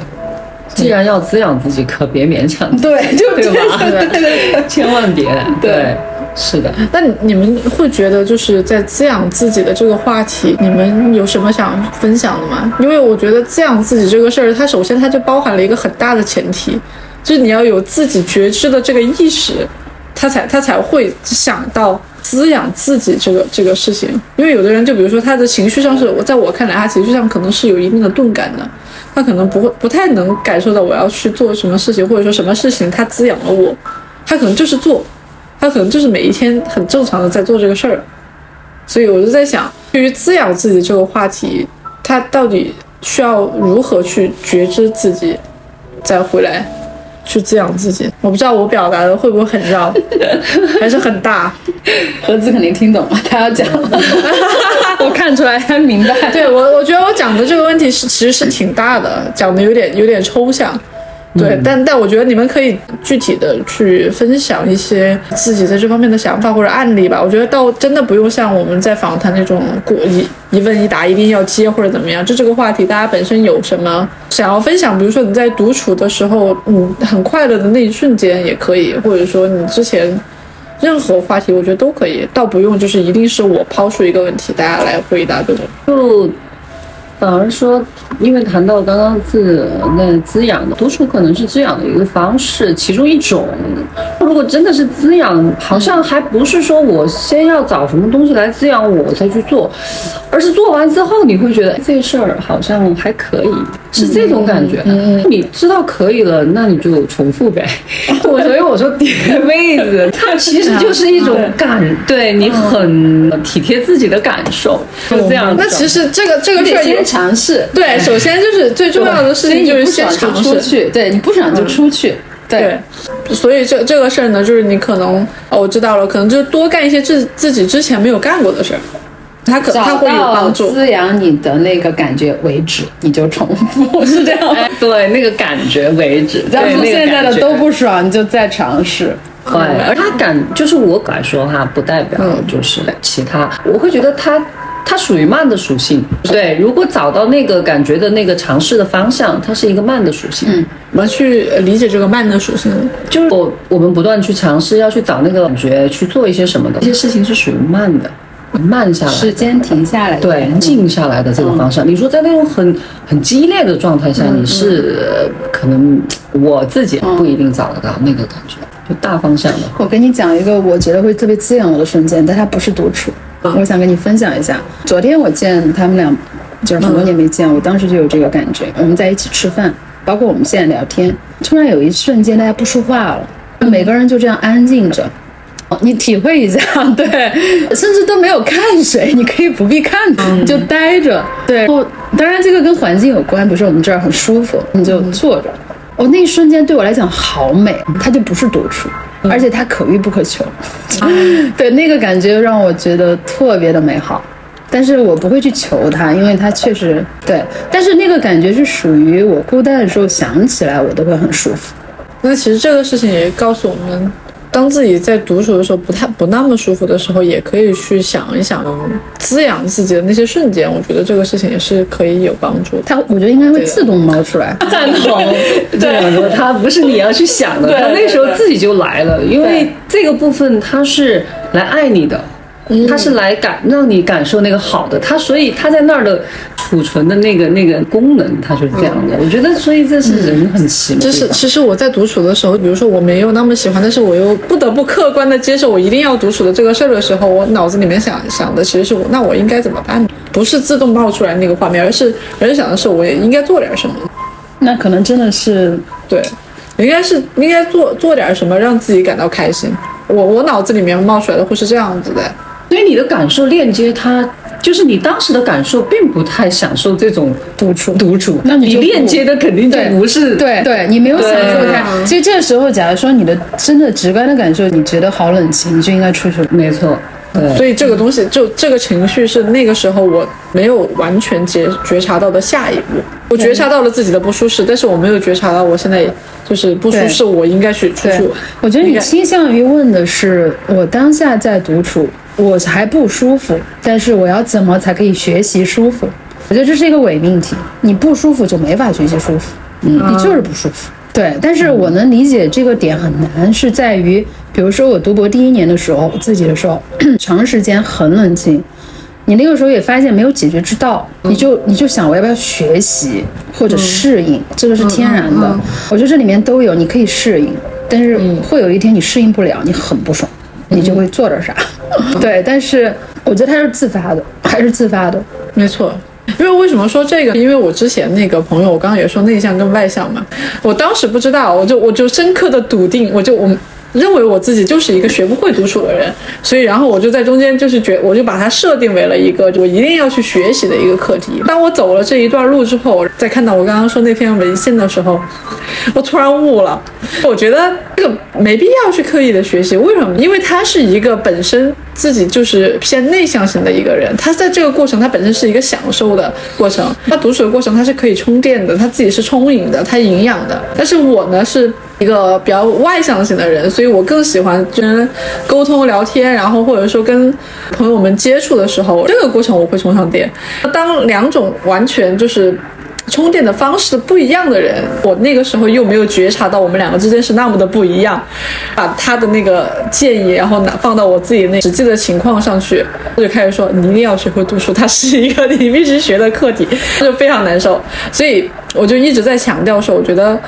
S4: 既然要滋养自己，可别勉强自己，
S3: 对，就
S4: 对吧？
S3: 对对对对，
S4: 千万别。对，是的。
S2: 那你们会觉得就是在滋养自己的这个话题，你们有什么想分享的吗？因为我觉得滋养自己这个事儿，它首先它就包含了一个很大的前提，就是你要有自己觉知的这个意识，他才他才会想到滋养自己这个这个事情。因为有的人就比如说他的情绪上是我在我看来，他情绪上可能是有一定的钝感的，他可能不会不太能感受到我要去做什么事情，或者说什么事情他滋养了我，他可能就是做，他可能就是每一天很正常的在做这个事儿。所以我就在想，对于滋养自己这个话题，他到底需要如何去觉知自己，再回来去滋养自己？我不知道我表达的会不会很绕，还是很大。
S3: 盒子肯定听懂了，他 要讲，我看出来他明白，
S2: 对我，我觉得我讲的这个问题是其实是挺大的，讲的有点有点抽象。对，但但我觉得你们可以具体的去分享一些自己在这方面的想法或者案例吧。我觉得倒真的不用像我们在访谈那种过一一问一答一定要接或者怎么样，就这个话题大家本身有什么想要分享，比如说你在独处的时候，嗯，很快乐的那一瞬间也可以，或者说你之前任何话题，我觉得都可以，倒不用就是一定是我抛出一个问题，大家来回答这种。
S4: 就反而说，因为谈到刚刚自呃那滋养的，独处可能是滋养的一个方式，其中一种。如果真的是滋养，好像还不是说我先要找什么东西来滋养我再去做，而是做完之后你会觉得哎这事儿好像还可以，是这种感觉。你知道可以了，那你就重复呗。我所以我说 点个妹子，它其实就是一种感，对你很体贴自己的感受，就这样子。
S2: 哦那其实这个这个事儿也
S3: 尝试，
S2: 对，首先就是最重要的事情就是先尝
S3: 出
S2: 试。嗯
S3: 去，对你不爽就出去，对
S2: 对，所以这这个事儿呢，就是你可能哦，我知道了，可能就是多干一些自自己之前没有干过的事儿，他可他
S3: 找
S2: 会有
S3: 到
S2: 帮助。
S3: 滋养你的那个感觉为止，你就重复， 是这样吗。
S4: 哎， 对那个感觉为止，
S3: 要
S4: 对
S3: 是
S4: 那个
S3: 现在的
S4: 感觉
S3: 都不爽，你就再尝试。
S4: 对，
S3: 嗯
S4: 而他感就是我来说哈，不代表就是其他，我会觉得他它属于慢的属性。对，如果找到那个感觉的那个尝试的方向，它是一个慢的属
S3: 嗯
S4: 性。
S2: 怎么去呃理解这个慢的属性呢？
S4: 就是我我们不断去尝试，要去找那个感觉，去做一些什么的。这些事情是属于慢的，慢下来的
S3: 时间停下来，
S4: 嗯对，静下来的这个方向。你说在那种很很激烈的状态下，你是呃可能我自己不一定找得到那个感觉，就大方向的。
S3: 我跟你讲一个我觉得会特别滋养我的瞬间，但它不是独处，
S4: 嗯
S3: 我想跟你分享一下。昨天我见他们俩，就是
S4: 嗯
S3: 很多年没见，我当时就有这个感觉。我们在一起吃饭，包括我们现在聊天，突然有一瞬间大家不说话了，
S4: 嗯
S3: 每个人就这样安静着。哦你体会一下，对， 甚至都没有看谁，你可以不必看，就待着。对，然后当然这个跟环境有关，比如说我们这儿很舒服，你就坐着。哦，那一瞬间对我来讲好美，它就不是独处，而且它可遇不可求。 对，那个感觉让我觉得特别的美好。但是我不会去求它，因为它确实对。但是那个感觉是属于我孤单的时候想起来，我都会很舒服。
S2: 那其实这个事情也告诉我们，当自己在独处的时候不太不那么舒服的时候，也可以去想一想滋养自己的那些瞬间。我觉得这个事情也是可以有帮助的。
S3: 它我觉得应该会自动冒出来。
S4: 赞同， 对，它不是你要去想的，它那时候自己就来了，因为这个部分它是来爱你的。它是来感让你感受那个好的，它所以它在那儿的储存的那个那个功能，它就是这样的。我觉得，所以这嗯是人很奇妙的
S2: 就
S4: 地方。
S2: 是其实我在独处的时候，比如说我没有那么喜欢，但是我又不得不客观的接受我一定要独处的这个事儿的时候，我脑子里面想想的其实是我那我应该怎么办呢？不是自动冒出来那个画面，而是而是想的是我也应该做点什么。
S3: 那可能真的是
S2: 对，应该是应该做做点什么让自己感到开心。我我脑子里面冒出来的会是这样子的，
S4: 所以你的感受链接它。就是你当时的感受，并不太享受这种独处，独处，
S3: 那你就不
S4: 链接的肯定就
S3: 对
S4: 不是
S3: 对对，你没有享受
S4: 对
S3: 它。所以这个时候，假如说你的真的直观的感受，你觉得好冷清，你就应该出去了。
S4: 没错，对，
S2: 所以这个东西就这个情绪是那个时候我没有完全觉觉察到的下一步，我觉察到了自己的不舒适，但是我没有觉察到我现在就是不舒适，我应该去出去
S3: 对
S2: 玩。，
S3: 我觉得
S2: 应
S3: 你
S2: 该
S3: 倾向于问的是，我当下在独处，我还不舒服，但是我要怎么才可以学习舒服？我觉得这是一个伪命题，你不舒服就没法学习舒服，嗯，你就是不舒服。对，但是我能理解这个点很难，是在于，比如说我读博第一年的时候，自己的时候， 长时间很冷静，你那个时候也发现没有解决之道，你就你就想我要不要学习或者适应，这个是天然的。我觉得这里面都有，你可以适应，但是会有一天你适应不了，你很不爽，你就会做点啥。 对，但是我觉得它是自发的，还是自发的。
S2: 没错。因为为什么说这个？因为我之前那个朋友，我刚刚也说内向跟外向嘛，我当时不知道，我就我就深刻的笃定，我就我认为我自己就是一个学不会独处的人，所以然后我就在中间就是觉，我就把它设定为了一个我一定要去学习的一个课题。当我走了这一段路之后，我再看到我刚刚说那篇文献的时候，我突然悟了，我觉得这个没必要去刻意的学习，为什么？因为他是一个本身自己就是偏内向型的一个人，他在这个过程，他本身是一个享受的过程，他独处的过程，他是可以充电的，他自己是充盈的，他营养的。但是我呢是。一个比较外向型的人，所以我更喜欢跟人沟通、聊天，然后或者说跟朋友们接触的时候，这个过程我会充上电。当两种完全就是充电的方式不一样的人，我那个时候又没有觉察到我们两个之间是那么的不一样，把他的那个建议，然后拿放到我自己那实际的情况上去，我就开始说你一定要学会读书，它是一个你必须学的课题，就非常难受。所以我就一直在强调说，我觉得，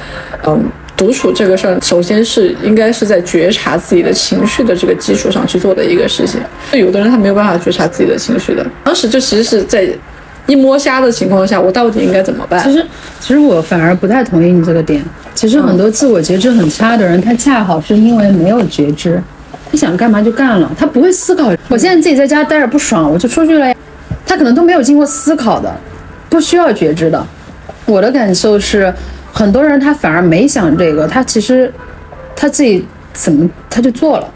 S2: 嗯。独处这个事儿，首先是应该是在觉察自己的情绪的这个基础上去做的一个事情。就有的人他没有办法觉察自己的情绪的，当时就其实是在一摸瞎的情况下，我到底应该怎么办？
S3: 其实，其实我反而不太同意你这个点。其实很多自我觉知很差的人，他恰好是因为没有觉知，他想干嘛就干了，他不会思考。我现在自己在家待着不爽，我就出去了呀。他可能都没有经过思考的，不需要觉知的。我的感受是，很多人他反而没想这个，他其实他自己怎么他就做了。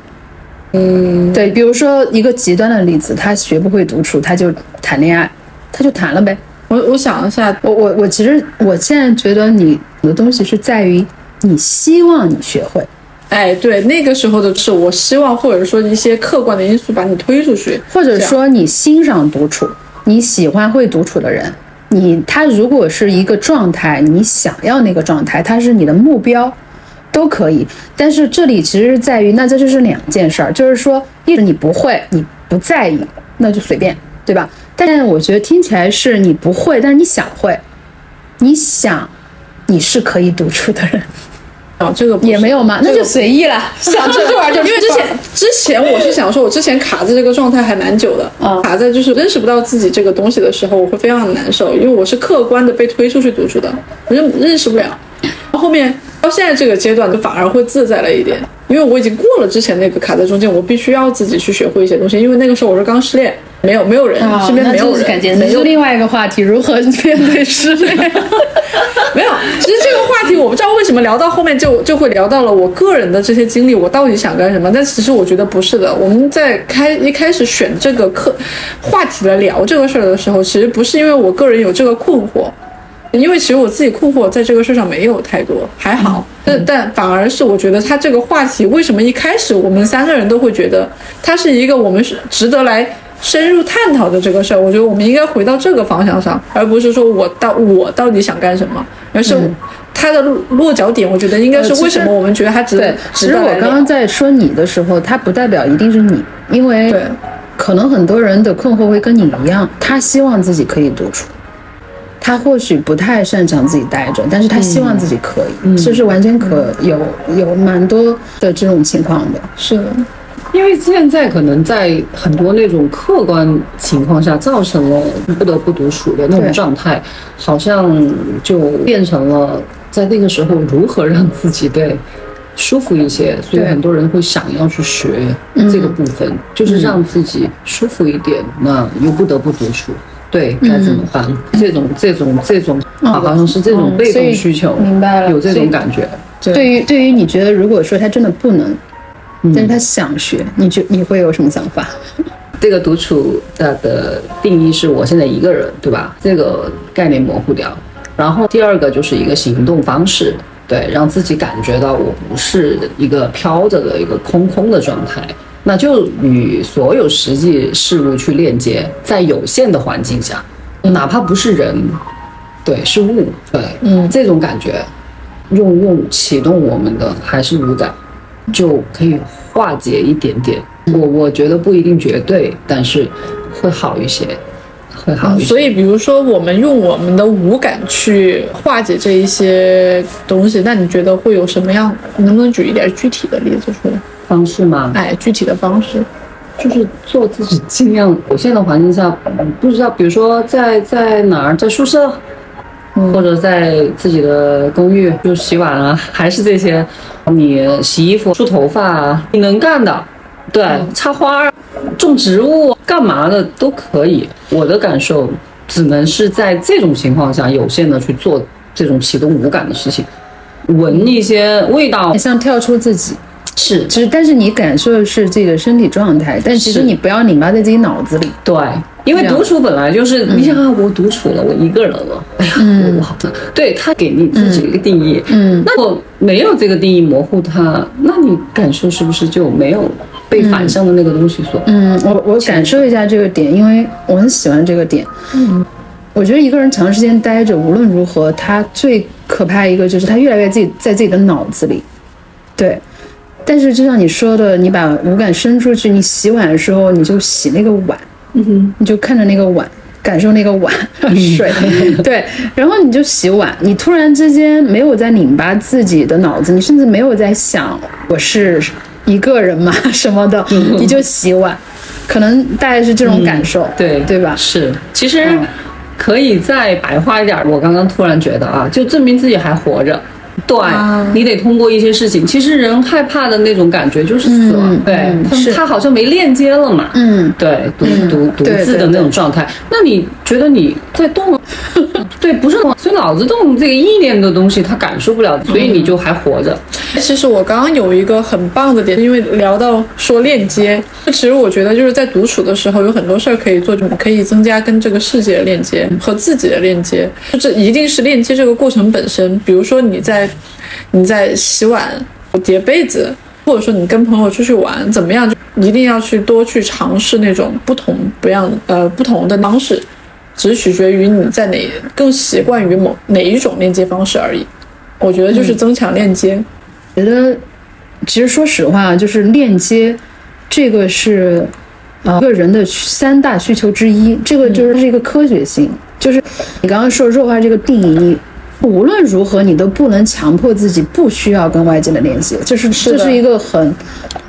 S3: 嗯，对，比如说一个极端的例子，他学不会独处，他就谈恋爱，他就谈了呗。
S2: 我我想一下，
S3: 我我我其实我现在觉得你的东西是在于你希望你学会，
S2: 哎，对，那个时候的是我希望，或者说一些客观的因素把你推出去，
S3: 或者
S2: 这样
S3: 说你欣赏独处，你喜欢会独处的人，你他如果是一个状态，你想要那个状态，他是你的目标，都可以。但是这里其实是在于，那这就是两件事儿，就是说，一你不会，你不在意，那就随便，对吧？但我觉得听起来是你不会，但是你想会，你想你是可以独处的人，
S2: 啊，这个不是
S3: 也没有嘛，那
S2: 这
S3: 就
S2: 个
S3: 随意了，想出去玩就出去玩
S2: 因为之前之前我是想说，我之前卡在这个状态还蛮久的，
S3: 嗯
S2: 卡在就是认识不到自己这个东西的时候，我会非常难受，因为我是客观的被推出去读书的，我认认识不了。到后面到现在这个阶段，就反而会自在了一点，因为我已经过了之前那个卡在中间，我必须要自己去学会一些东西，因为那个时候我是刚失恋，没有没有人，
S3: 啊，
S2: 身边没
S3: 那
S2: 有
S3: 就是
S2: 人，
S3: 感觉
S2: 没有
S3: 是另外一个话题，如何面对失 恋？
S2: 没有，其实这个话题我不知道为什么聊到后面就就会聊到了我个人的这些经历，我到底想干什么？但其实我觉得不是的。我们在开一开始选这个课话题来聊这个事儿的时候，其实不是因为我个人有这个困惑，因为其实我自己困惑在这个事上没有太多，还好。
S3: 嗯
S2: 但但反而是我觉得他这个话题为什么一开始我们三个人都会觉得它是一个我们是值得来深入探讨的这个事儿？我觉得我们应该回到这个方向上，而不是说我到我到底想干什么，而是它的落落脚点。我觉得应该
S3: 嗯呃
S2: 是
S3: 其实
S2: 为什么我们觉得它值得
S3: 对，其
S2: 值
S3: 实
S2: 得
S3: 我
S2: 来
S3: 刚
S2: 聊
S3: 刚。在说你的时候，它不代表一定是你，因为
S2: 对
S3: 可能很多人的困惑会跟你一样，他希望自己可以独处，他或许不太擅长自己待着，但是他希望自己可以，
S2: 嗯
S3: 就是完全可有有蛮多的这种情况的。
S2: 是的，
S4: 因为现在可能在很多那种客观情况下，造成了不得不独处的那种
S3: 对
S4: 状态，好像就变成了在那个时候如何让自己对舒服一些，所以
S3: 对嗯
S4: 很多人会想要去学这个部分，就是让自己舒服一点，那又不得不独处。对，该怎么办？这种这种这种，
S3: 嗯
S4: 好像是这种
S3: 嗯
S4: 被
S3: 所
S4: 动
S3: 以
S4: 需求，
S3: 明白了
S4: 有这
S3: 所
S4: 种
S3: 以
S4: 感觉。
S3: 对于对于你觉得，如果说他真的不能，
S4: 嗯
S3: 但是他想学，你觉你会有什么想法？
S4: 这个独处的的定义是我现在一个人，对吧？这个概念模糊掉。然后第二个就是一个行动方式，对，让自己感觉到我不是一个飘着的一个空空的状态，那就与所有实际事物去链接，在有限的环境下，哪怕不是人，对，是物，对，嗯，这种感觉，用用启动我们的还是五感，就可以化解一点点。我我觉得不一定绝对，但是会好一些，会好一些。
S2: 嗯所以比如说我们用我们的五感去化解这一些东西，那你觉得会有什么样？你能不能举一点具体的例子出来？
S4: 方式嘛，
S2: 哎，具体的方式，
S4: 就是做自己尽量有限的环境下，嗯不知道，比如说在在哪儿，在宿舍，或者在自己的公寓，就洗碗啊，还是这些，你洗衣服、梳头发啊，你能干的，对，插花啊、种植物、干嘛的都可以。我的感受只能是在这种情况下，有限的去做这种启动五感的事情，闻一些味道
S3: 你像跳出自己，
S4: 是
S3: 只但是你感受的是自己的身体状态，但其实
S4: 是
S3: 你不要拧巴在自己脑子里。
S4: 对，因为
S3: 这样
S4: 独处本来就是，
S3: 嗯
S4: 你想啊，我独处了，我一个人了，哎呀，我好的。对他给你自己一个定义，
S3: 嗯，
S4: 那我没有这个定义模糊它，那你感受是不是就没有被反向的那个东西所？
S3: 嗯，我我感受一下这个点，因为我很喜欢这个点。嗯，我觉得一个人长时间待着，无论如何，他最可怕一个就是他越来越自己在自己的脑子里。对，但是就像你说的，你把五感伸出去，你洗碗的时候你就洗那个碗，嗯哼，你就看着那个碗。感受那个碗 水，对，然后你就洗碗，你突然之间没有在拧巴自己的脑子，你甚至没有在想我是一个人嘛 什么的，你就洗碗，可能大概是这种感受，
S4: 对
S3: 对吧？
S4: 是，其实
S3: 嗯
S4: 可以再白话一点儿。我刚刚突然觉得啊，就证明自己还活着。对、
S3: 啊
S4: 你得通过一些事情。其实人害怕的那种感觉就是死亡，
S3: 嗯
S4: 对、
S3: 嗯
S4: 他
S3: 是
S4: 他好像没链接了嘛。
S3: 嗯，
S4: 对，独独独
S3: 对
S4: 自的
S3: 对
S4: 那种状态。那你觉得你在动？ 对，不是动，所以脑子动这个意念的东西，它感受不了，所以
S3: 嗯
S4: 你就还活着。
S2: 其实我刚刚有一个很棒的点，因为聊到说链接，其实我觉得就是在独处的时候，有很多事儿可以做，你可以增加跟这个世界的链接和自己的链接，就这一定是链接这个过程本身。比如说你在你在洗碗、叠被子，或者说你跟朋友出去玩怎么样，就一定要去多去尝试那种不同不样呃不同的方式，只取决于你在哪更习惯于某哪一种链接方式而已。我觉得就是增强链接，
S3: 觉得其实说实话，啊就是链接这个是呃一个人的三大需求之一，这个
S2: 嗯
S3: 就是它是一个科学性，就是你刚刚说弱化这个定义。无论如何，你都不能强迫自己不需要跟外界的联系，就是
S2: 是
S3: 这
S2: 的
S3: 是一个很，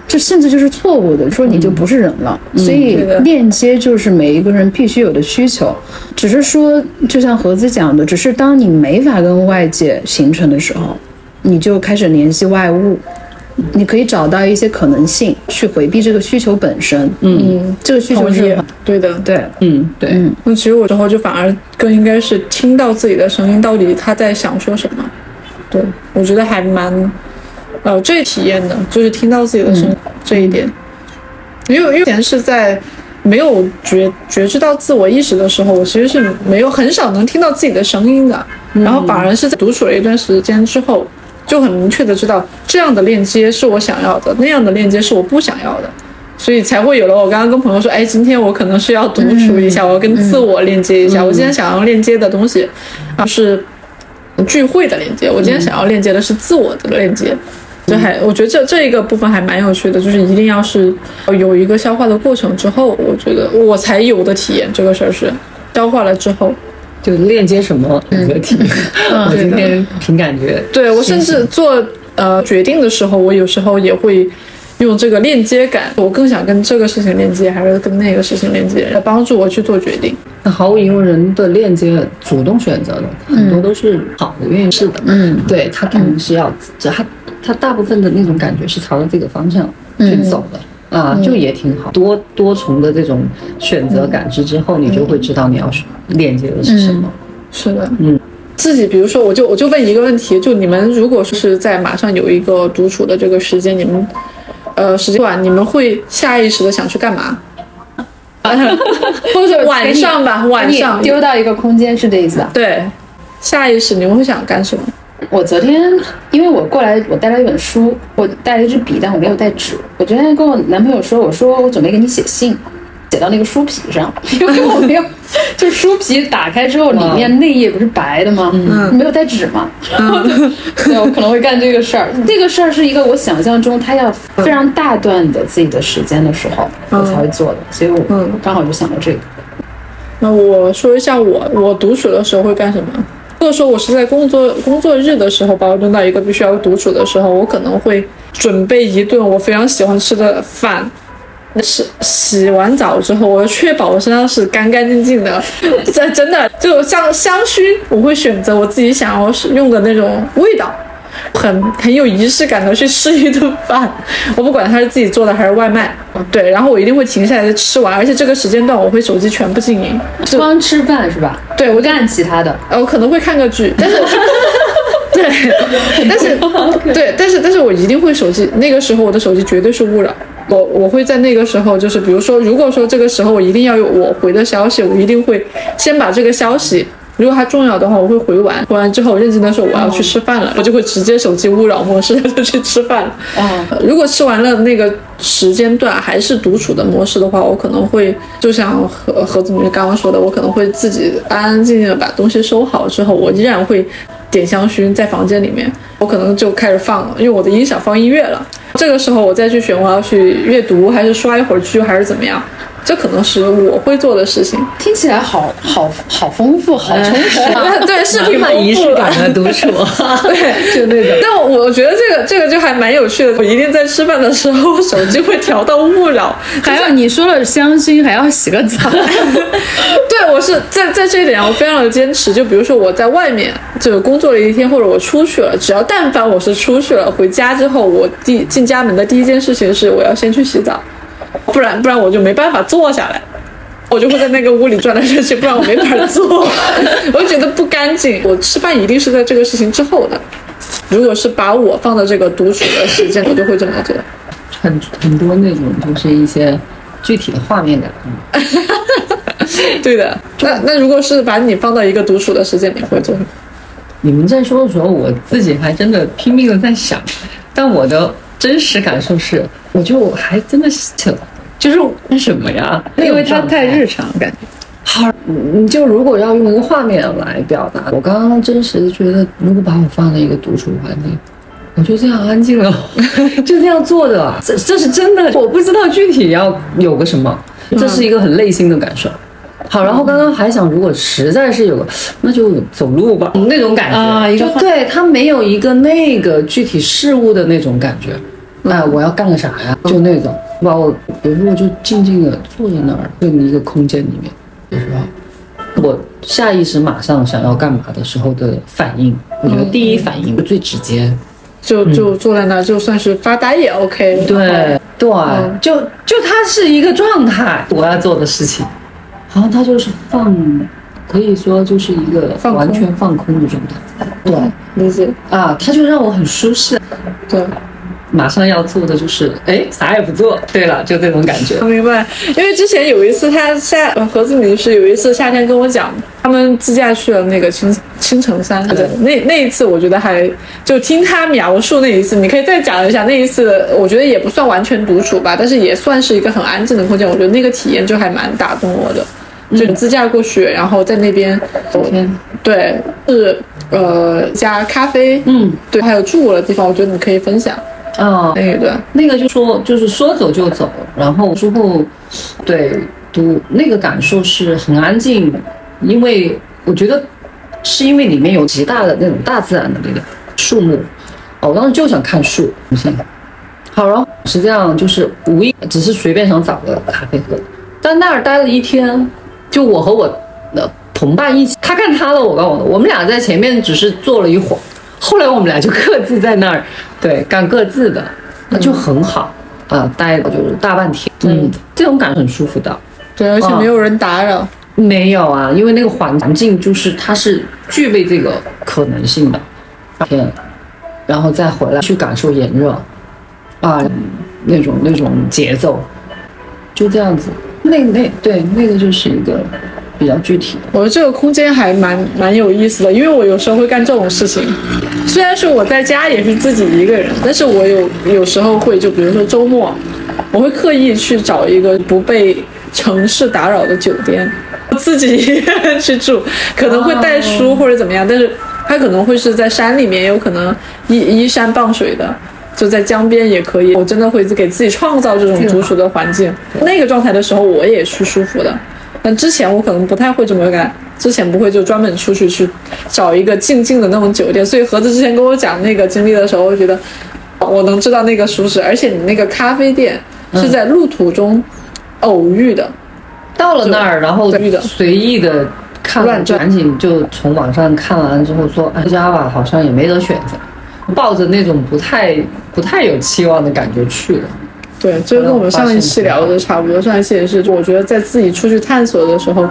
S3: 这甚至就是错误的，说你就不是人了。所以
S2: 对的
S3: 链接就是每一个人必须有的需求，只是说，就像盒子讲的，只是当你没法跟外界形成的时候，你就开始联系外物。你可以找到一些可能性去回避这个需求本身，嗯，这个需求
S2: 同意
S3: 是很，
S2: 对的。
S3: 对，
S4: 嗯，对，
S2: 那其实我之后就反而更应该是听到自己的声音，到底他在想说什么。对，我觉得还蛮，呃，这体验的，就是听到自己的声音、这一点。因为因为以前是在没有觉觉知到自我意识的时候，我其实是没有很少能听到自己的声音的。然后反而是在独处了一段时间之后，就很明确的知道这样的链接是我想要的，那样的链接是我不想要的。所以才会有了我刚刚跟朋友说，哎，今天我可能是要独处一下，我要跟自我链接一下。我今天想要链接的东西，啊，是聚会的链接。我今天想要链接的是自我的链接。这还我觉得这这一个部分还蛮有趣的，就是一定要是有一个消化的过程之后，我觉得我才有的体验这个事儿是消化了之后，
S8: 就链接什么
S3: 嗯
S8: 一个 题，我今天凭感觉。
S2: 对我甚至做呃决定的时候，我有时候也会用这个链接感，我更想跟这个事情链接，还是跟那个事情链接，来帮助我去做决定。
S8: 那毫无疑问，人的链接主动选择的
S3: 嗯
S8: 很多都是好的、愿意试的。嗯，对他肯定是要，只他他大部分的那种感觉是朝着这个方向
S3: 嗯
S8: 去走的。啊，就也挺好，多多重的这种选择感知之后，你就
S3: 嗯
S8: 会知道你要选链接的是什么。
S2: 是的，
S8: 嗯，
S2: 自己比如说，我就我就问一个问题，就你们如果说是在马上有一个独处的这个时间，你们呃时间段，你们会下意识的想去干嘛？或者晚上吧，晚上
S3: 丢到一个空间是这意思吧？
S2: 对，下意识你们会想干什么？
S3: 我昨天因为我过来，我带了一本书，我带了一支笔，但我没有带纸。我昨天跟我男朋友说，我说我准备给你写信，写到那个书皮上， 因为我没有，就书皮打开之后，里面内页不是白的吗？嗯，没有带纸嘛。然后
S2: 嗯
S3: 就 对，我可能会干这个事 儿。这个事儿是一个我想象中他要非常大段的自己的时间的时候，我才会做的，所以我
S2: 嗯
S3: 我刚好就想到这个。
S2: 那我说一下我我独处的时候会干什么。如果说我是在工作工作日的时候把我扔到一个必须要独处的时候，我可能会准备一顿我非常喜欢吃的饭。是洗完澡之后，我要确保我身上是干干净净的。这真的就像香薰，我会选择我自己想要使用的那种味道，很很有仪式感的去吃一顿饭。我不管它是自己做的还是外卖，对，然后我一定会停下来吃完，而且这个时间段我会手机全部静音，就
S3: 嗯光吃饭是吧？
S2: 对我
S3: 不
S2: 就
S3: 干其他的。
S2: 呃，我可能会看个剧，但是 对，但是对，但是但是我一定会手机，那个时候我的手机绝对是勿扰。我我会在那个时候，就是比如说，如果说这个时候我一定要有我回的消息，我一定会先把这个消息，如果它重要的话，我会回完，回完之后认真的说我要去吃饭了，我就会直接手机勿扰模式就 去吃饭了。
S3: 哦，
S2: 呃如果吃完了那个时间段还是独处的模式的话，我可能会就像何何子明刚刚说的，我可能会自己安安静静的把东西收好之后，我依然会点香薰在房间里面，我可能就开始放了，因为我的音响放音乐了。这个时候我再去选我要去阅读还是刷一会儿剧还是怎么样，这可能是我会做的事情。
S3: 听起来好好好丰富，好充实
S2: 哎
S3: 啊！
S2: 对，是挺
S8: 充满
S2: 丰
S8: 仪
S2: 富
S8: 式
S2: 的
S8: 感的独处，
S2: 对，
S8: 就那种。
S2: 但我觉得这个这个就还蛮有趣的。我一定在吃饭的时候，手机会调到勿扰，
S3: 还要你说了香薰，还要洗个 澡，
S2: 对，我是在在这一啊点上我非常的坚持。就比如说我在外面就工作了一天，或者我出去了，只要但凡我是出去了，回家之后，我第进家门的第一件事情是我要先去洗澡，不然不然我就没办法坐下来。我就会在那个屋里转来转去，不然我没法坐，我就觉得不干净。我吃饭一定是在这个事情之后的。如果是把我放到这个独处的时间，我就会这么做。
S8: 很很多那种就是一些具体的画面感。
S2: 对的。那那如果是把你放到一个独处的时间，你会做什么？
S8: 你们在说的时候，我自己还真的拼命的在想，但我的
S4: 真实感受是，我觉得我还真的是挺，就是为什么呀？
S3: 因为它太日常，感觉。
S4: 好，你就如果要用一个画面来表达，我刚刚真实的觉得，如果把我放在一个独处环境，我就这样安静了， 就这样坐着，啊这这是真的，我不知道具体要有个什么，这是一个很内心的感受。好，然后刚刚还想，如果实在是有个，那就走路吧，那种感觉
S3: 啊一个
S4: 就对它没有一个那个具体事物的那种感觉。哎，我要干个啥呀？就那种，把我，比如说我就静静的坐在那儿，就一个空间里面。的时候，我下意识马上想要干嘛的时候的反应，我觉得第一反应最直接。
S2: 就就坐在那儿，就算是发呆也 OK。
S4: 对对，就就它是一个状态，我要做的事情，好像它就是放，可以说就是一个
S2: 放空
S4: 完全放空的状态。对
S2: 理解。
S4: 啊，它就让我很舒适。
S2: 对，
S4: 马上要做的就是，哎，啥也不做。对了，就这种感觉。
S2: 我明白，因为之前有一次他夏呃盒子女士有一次夏天跟我讲，他们自驾去了那个青青城山，对，那那一次我觉得还就听他描述那一次，你可以再讲一下那一次，我觉得也不算完全独处吧，但是也算是一个很安静的空间，我觉得那个体验就还蛮打动我的。就你自驾过去，然后在那边，对，是呃加咖啡，
S4: 嗯，
S2: 对，还有住过的地方，我觉得你可以分享
S4: 啊，
S2: 那一段。
S4: 那个就说就是说走就走，然后之后，对，读那个感受是很安静，因为我觉得是因为里面有极大的那种大自然的力量，树木，哦我当时就想看树，不是好，然后实际上就是无意，只是随便想找个咖啡喝，但那儿待了一天，就我和我的同伴一起，他干他的，我干我的，我们俩在前面只是坐了一会儿，后来我们俩就各自在那儿，对，干各自的，那就很好啊、待了就是大半天，嗯，这种感觉很舒服的。
S2: 对，而且
S4: 哦
S2: 没有人打扰，
S4: 没有啊，因为那个环境就是它是具备这个可能性的，天，然后再回来去感受炎热，啊，那种那种节奏，就这样子。那那对那个就是一个比较具体的，
S2: 我觉得这个空间还蛮蛮有意思的，因为我有时候会干这种事情。虽然是我在家也是自己一个人，但是我有有时候会，就比如说周末，我会刻意去找一个不被城市打扰的酒店， 自己一个人去住，可能会带书或者怎么样，但是它可能会是在山里面，也有可能依依山傍水的。就在江边也可以，我真的会给自己创造这种独处的环境。那个状态的时候，我也是舒服的。但之前我可能不太会这么干，之前不会就专门出去去找一个静静的那种酒店。所以盒子之前跟我讲那个经历的时候，我觉得我能知道那个舒适，而且你那个咖啡店是在路途中偶遇的，
S4: 到了那儿，然后
S2: 对的
S4: 随意的看，
S2: 乱转
S4: 赶紧就从网上看完之后说，哎，家吧好像也没得选择，抱着那种不太不太有期望的感觉去了。
S2: 对，这个跟我们上一期聊的差不多。上一期也是，我觉得在自己出去探索的时候，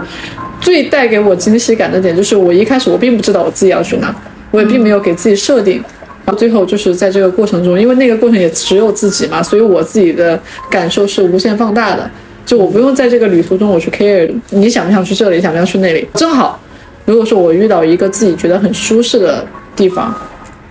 S2: 最带给我惊喜感的点就是，我一开始我并不知道我自己要去哪，我也并没有给自己设定。然后最后就是在这个过程中，因为那个过程也只有自己嘛，所以我自己的感受是无限放大的。就我不用在这个旅途中我去 care 你想不想去这里，想不想去那里。正好，如果说我遇到一个自己觉得很舒适的地方，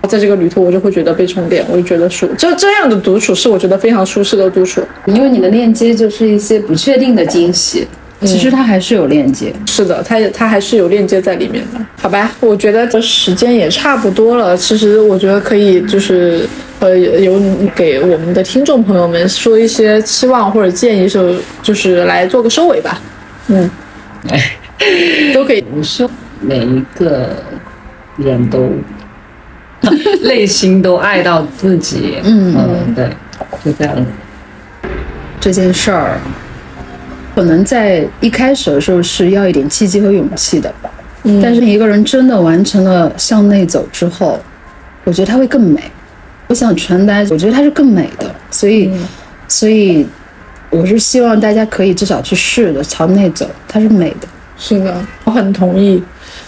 S2: 在这个旅途我就会觉得被充电，我就觉得舒，就这样的独处是我觉得非常舒适的独处。
S3: 因为你的链接就是一些不确定的惊喜，其实它还是有链接。
S2: 是的，它也它还是有链接在里面的，好吧？我觉得这时间也差不多了，其实我觉得可以就是呃，有你给我们的听众朋友们说一些期望或者建议，就就是来做个收尾吧。嗯，
S3: 哎
S2: 都可以。
S4: 我希望每一个人都内心都爱到自己。嗯对，就这样子。
S3: 这件事儿，可能在一开始的时候是要一点契机和勇气的，
S2: 嗯
S3: 但是一个人真的完成了向内走之后，我觉得它会更美。我想传达，我觉得它是更美的，所以，所以我是希望大家可以至少去试的，朝内走，它是美的。
S2: 是的，我很同意。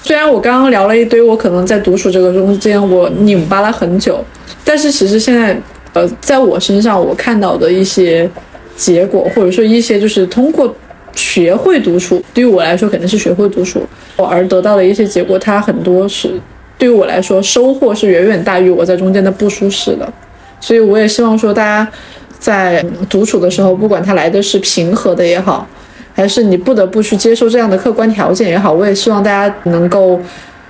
S2: 虽然我刚刚聊了一堆，我可能在独处这个中间我拧巴了很久，但是其实现在，呃，在我身上我看到的一些结果，或者说一些就是通过学会独处，对于我来说肯定是学会独处，我而得到的一些结果，它很多是对于我来说收获是远远大于我在中间的不舒适的。所以我也希望说，大家在独处的时候，不管它来的是平和的也好，还是你不得不去接受这样的客观条件也好，我也希望大家能够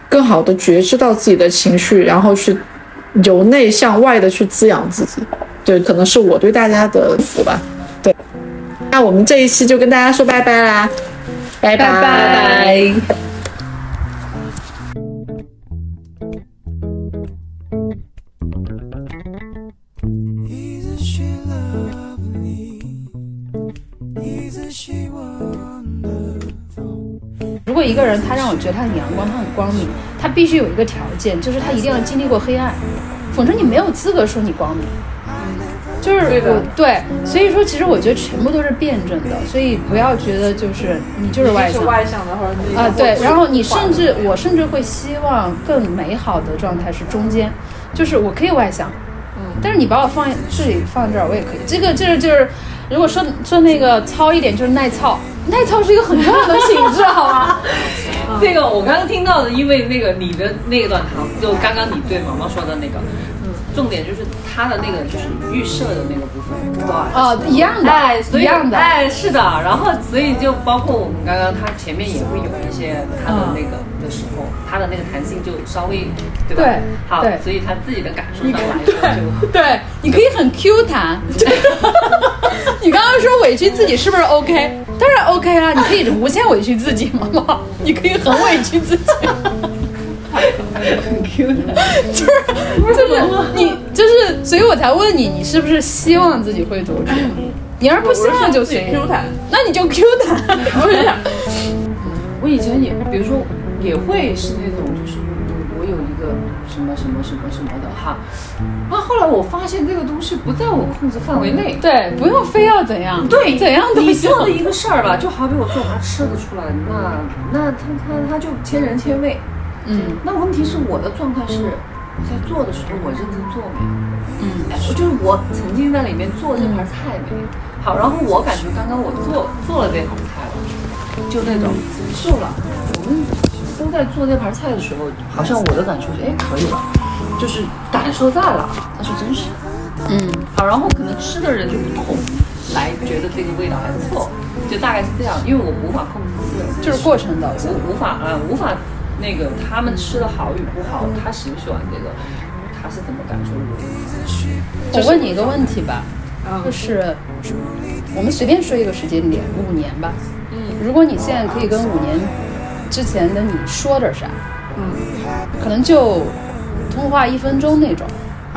S2: 更好的觉知到自己的情绪，然后去由内向外的去滋养自己。对，可能是我对大家的福吧。对，那我们这一期就跟大家说拜拜啦，拜拜。
S3: 拜。
S9: Either she loved me, either she wonderful.
S3: 如果一个人他让我觉得他很阳光，他很光明，他必须有一个条件，就是他一定要经历过黑暗，否则你没有资格说你光明。就是我对，所以说其实我觉得全部都是辩证的，所以不要觉得就是你就是外向啊、
S7: 向的，或者你
S3: 对，然后你甚至我甚至会希望更美好的状态是中间，就是我可以外向，但是你把我放这里放这儿，我也可以。这个这个就是，如果说说那个糙一点，就是耐操，耐操是一个很重要的品质，好吗？
S10: 这个我刚刚听到的，因为那个你的那段堂，就刚刚你对毛毛说的那个，嗯重点就是他的那个就是预设的那个部分，哇，
S3: 哦，一样的，
S10: 哎，所以
S3: 一样的，
S10: 哎，是的，然后所以就包括我们刚刚他前面也会有一些他的那个的时候，他的那个弹性就稍微对吧？
S3: 对
S10: 好
S3: 对，
S10: 所以他自己的感受上来说就
S3: 对，你可以很 Q 弹。 你刚刚说委屈自己是不是 OK？当然 OK 啊，你可以无限委屈自己，毛毛，你可以很委屈自己。就是就是你就是，所以我才问你，你是不是希望自己会独处？你要是不希望就行
S7: ，Q 弹，
S3: 那你就 Q 弹。
S4: 我以前也，比如说也会是那种，就是我我有一个什么什么什么什么的哈，那后来我发现这个东西不在我控制范围内。
S3: 对，不用非要怎样，
S4: 对，
S3: 怎样都
S4: 你
S3: 行
S4: 做。的一个事儿吧，就好比我做啥吃的出来，那那他他他就千人千味。
S3: 嗯，
S4: 那问题是我的状态是，我在做的时候我认真做没？嗯，哎，就是我沉浸在里面做这盘菜没？好，然后我感觉刚刚我做做了这盘菜了，就那种结束了。我们都在做这盘菜的时候，好像我的感受是，哎，可以了，就是感受在了，它是真实。嗯，好，然后可能吃的人就不同，来觉得这个味道还不错，就大概是这样，因为我无法控制自己的
S3: 就是过程导向。
S4: 无无法啊，无法那个他们吃的好与不好，他喜不喜欢这个，他是怎么感受的？
S3: 我问你一个问题吧，
S7: 嗯
S3: 就是我们随便说一个时间点，五年吧。嗯，如果你现在可以跟五年之前的你说点啥，嗯，可能就通话一分钟那 种。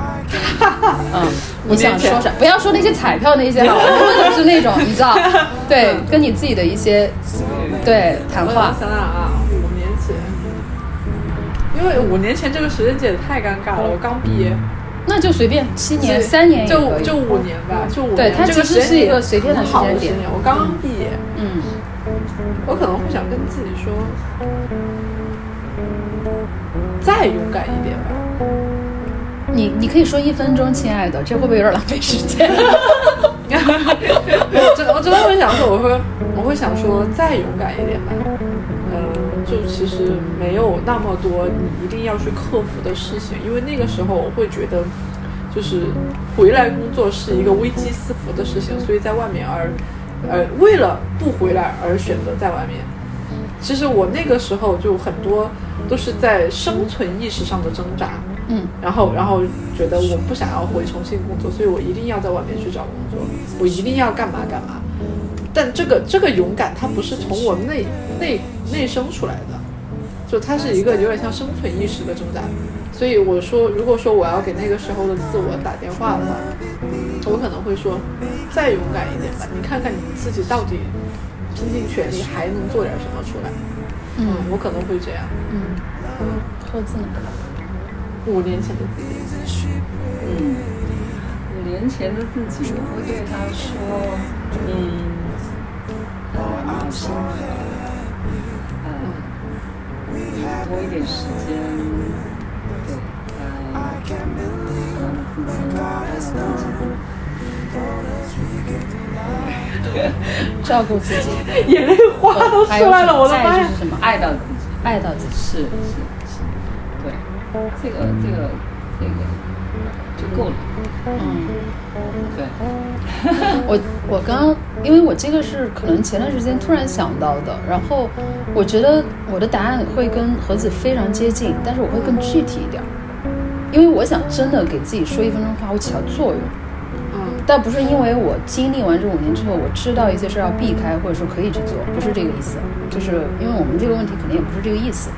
S3: 嗯，你想说啥？不要说那些彩票那些了，我问的是那种，你 知道？对，跟你自己的一些对谈
S7: 我
S3: 话
S7: 想。想啊，五年前，因为五年前这个时间点太尴尬了，我刚毕业，
S3: 那就随便七年、
S7: 嗯对
S3: 三年也
S7: 就
S3: 可以
S7: 就五年吧，就五年。
S3: 对它
S7: 这个
S3: 其实
S7: 时间
S3: 是一个
S7: 点
S3: 随便的
S7: 很好
S3: 时间
S7: 的
S3: 点
S7: 时我刚刚毕业，
S3: 嗯，
S7: 我可能会想跟自己说，再勇敢一点吧。
S3: 你你可以说一分钟，亲爱的，这会不会有点浪费时间？
S7: 我真我真的会想说，我会我会想说再勇敢一点吧。嗯，就其实没有那么多你一定要去克服的事情，因为那个时候我会觉得，就是回来工作是一个危机四伏的事情，所以在外面而而为了不回来而选择在外面。其实我那个时候就很多都是在生存意识上的挣扎，
S3: 嗯，
S7: 然后然后觉得我不想要回重庆工作，所以我一定要在外面去找工作，我一定要干嘛干嘛。但这个这个勇敢，它不是从我内内内生出来的，就它是一个有点像生存意识的挣扎。所以我说，如果说我要给那个时候的自我打电话的话，我可能会说，再勇敢一点吧，你看看你自己到底拼尽全力还能做点什么出来。嗯，我可能会这样。
S3: 扣字呢？
S7: 五年前的自己，
S4: 五年前的自己，我会对他说，嗯，啊，你辛苦了，呃，嗯多一点时间，对，来想让自己，嗯爱自己。
S3: 照顾自己，
S7: 眼泪花都出
S3: 还有
S7: 来了，我的妈
S3: 再
S7: 呀
S3: 就是！什么？
S4: 爱到自己，
S3: 爱到自己。
S4: 是是是，对，这个这个
S10: 这个就够了。嗯
S3: 我我刚刚，因为我这个是可能前段时间突然想到的，然后我觉得我的答案会跟盒子非常接近，但是我会更具体一点儿，因为我想真的给自己说一分钟话，我起到作用。嗯，但不是因为我经历完这五年之后，我知道一些事儿要避开，或者说可以去做，不是这个意思。就是因为我们这个问题肯定也不是这个意思。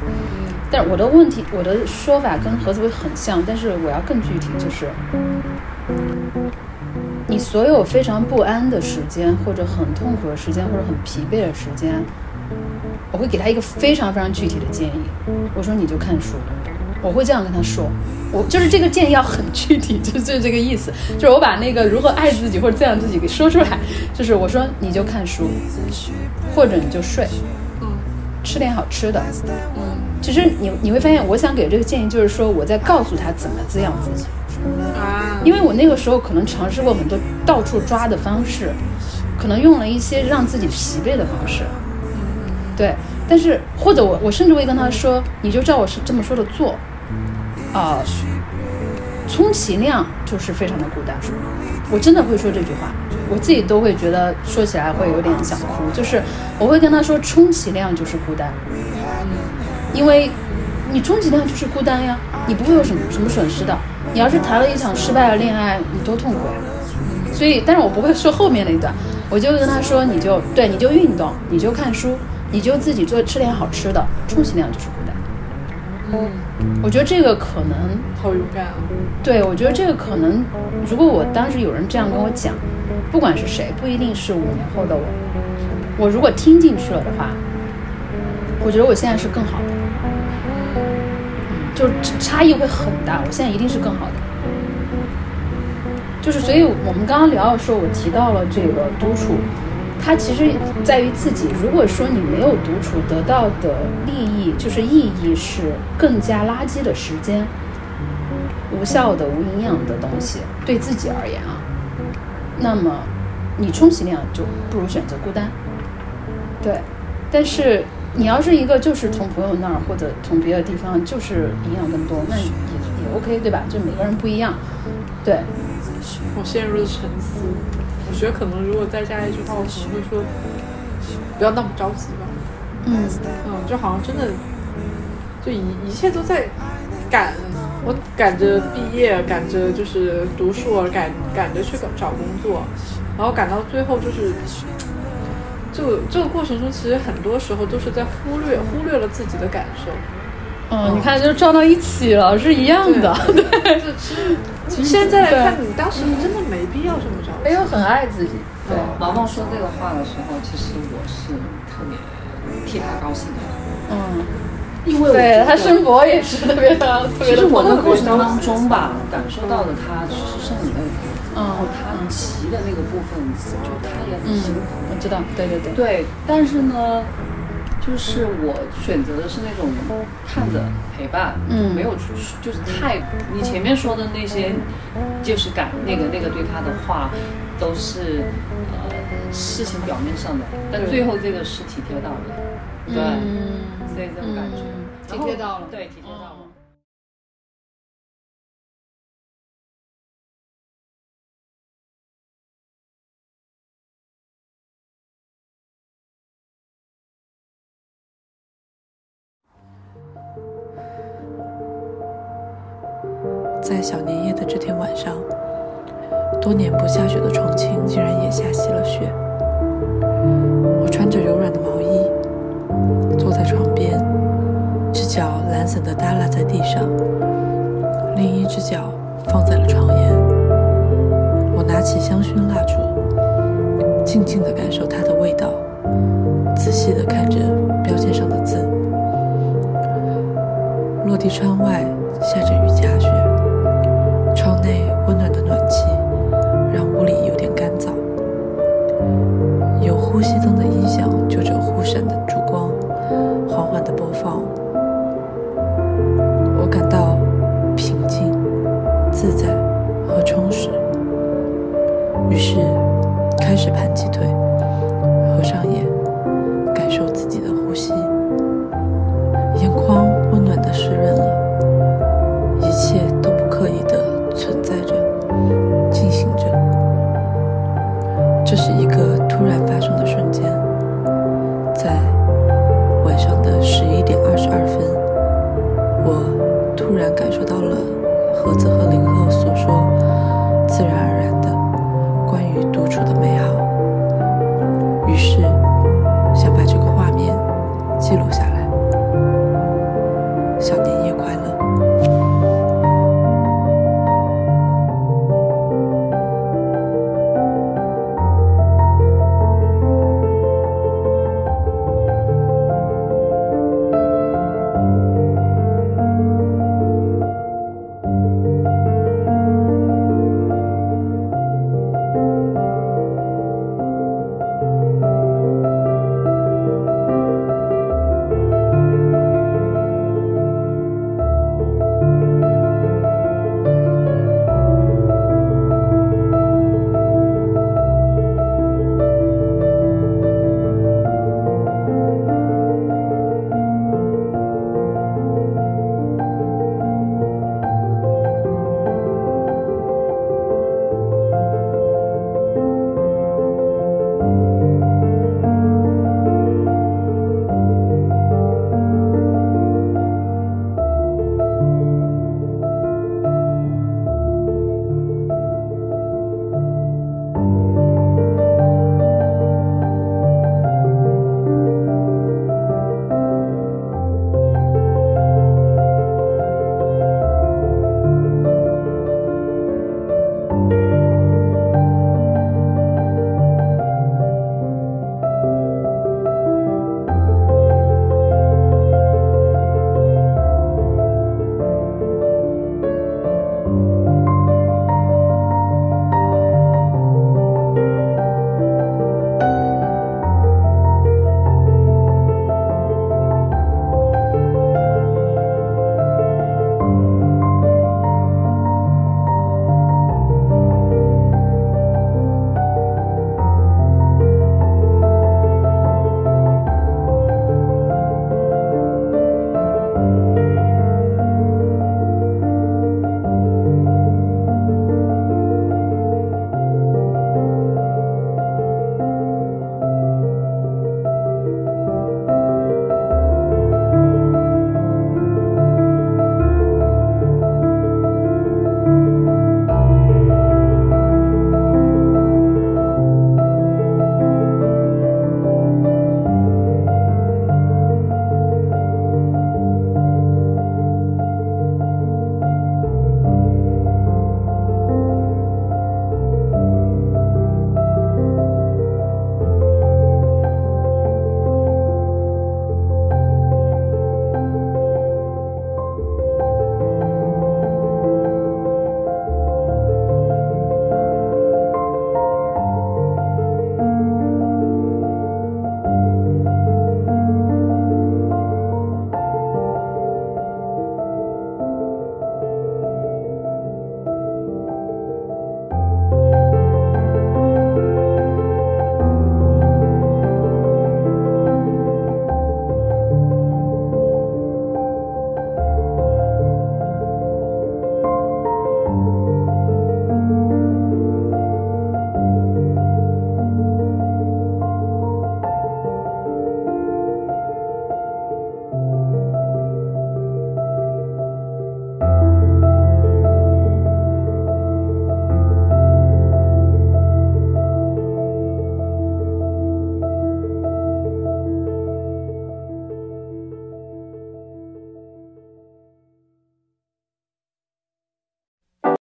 S3: 但我的问题，我的说法跟盒子会很像，但是我要更具体，就是你所有非常不安的时间，或者很痛苦的时间，或者很疲惫的时间，我会给他一个非常非常具体的建议。我说你就看书，我会这样跟他说。我就是这个建议要很具体， 就是这个意思。就是我把那个如何爱自己或者滋养自己给说出来，就是我说你就看书，或者你就睡，吃点好吃的。嗯其实你你会发现，我想给这个建议就是说，我在告诉他怎么滋养自己。因为我那个时候可能尝试过很多到处抓的方式，可能用了一些让自己疲惫的方式，对。但是或者我我甚至会跟他说，你就照我是这么说的做，啊、充其量就是非常的孤单。我真的会说这句话，我自己都会觉得说起来会有点想哭，就是我会跟他说，充其量就是孤单，因为你充其量就是孤单呀，你不会有什么什么损失的。你要是谈了一场失败的恋爱，你多痛苦呀！所以，但是我不会说后面那一段，我就跟他说，你就对，你就运动，你就看书，你就自己做吃点好吃的，充其量就是孤单。嗯，我觉得这个可能
S7: 好勇敢啊！
S3: 对，我觉得这个可能，如果我当时有人这样跟我讲，不管是谁，不一定是五年后的我，我如果听进去了的话，我觉得我现在是更好的，嗯就差异会很大。我现在一定是更好的，就是所以我们刚刚聊的时候，我提到了这个独处，它其实在于自己。如果说你没有独处得到的利益，就是意义是更加垃圾的时间。无效的、无营养的东西，对自己而言啊，那么你充其量就不如选择孤单。对，但是你要是一个就是从朋友那儿或者从别的地方就是营养更多，那也也 OK 对吧？就每个人不一样。对，
S7: 我陷入了沉思。我觉得可能如果再加一句话，我可能会说，不要那么着急吧。
S3: 嗯
S7: 嗯，就好像真的，就一一切都在赶，我赶着毕业，赶着就是读书，赶赶着去找工作，然后赶到最后就是，这个这个过程中，其实很多时候都是在忽略忽略了自己的感受。
S3: 嗯，你看就是撞到一起了，是一样的。
S7: 这其实其实现在来看，你当时真的没必要这么着急。
S3: 没有很爱自己。对，
S10: 毛毛说这个话的时候，其实我是特别替他高兴的。
S3: 嗯，
S10: 因为我觉
S3: 对
S10: 得
S3: 他生活也是特别的，特别
S10: 其
S3: 的
S10: 实我那个过程
S3: 痛苦
S10: 当中吧，我感受到了他其实是很累的，然后
S3: 嗯，
S10: 他骑的那个部分，就他也很辛苦。
S3: 我知道，对对对。
S10: 对，但是呢，就是我选择的是那种看着陪伴，
S3: 嗯
S10: 没有出去，就是太你前面说的那些，就是感那个那个对他的话，都是呃事情表面上的，但最后这个是体贴到了，对，所以这种感觉，嗯体贴到了，对，体贴到了。
S11: 在小年夜的这天晚上，多年不下雪的重庆竟然也下起了雪。我穿着柔软的毛衣，坐在床边，一只脚懒散地耷拉在地上，另一只脚放在了床沿。我拿起香薰蜡烛，静静地感受它的味道，仔细地看着标签上的字。落地窗外下着雨夹雪。窗内温暖的暖气让屋里有点干燥，有呼吸灯的音响就着忽闪的烛光，缓缓地播放。我感到平静、自在和充实，于是开始盘起腿，合上眼，感受自己的呼吸。眼眶温暖地湿润了，然感受到了盒子和林后所说自然而然的关于独处的美好。于是，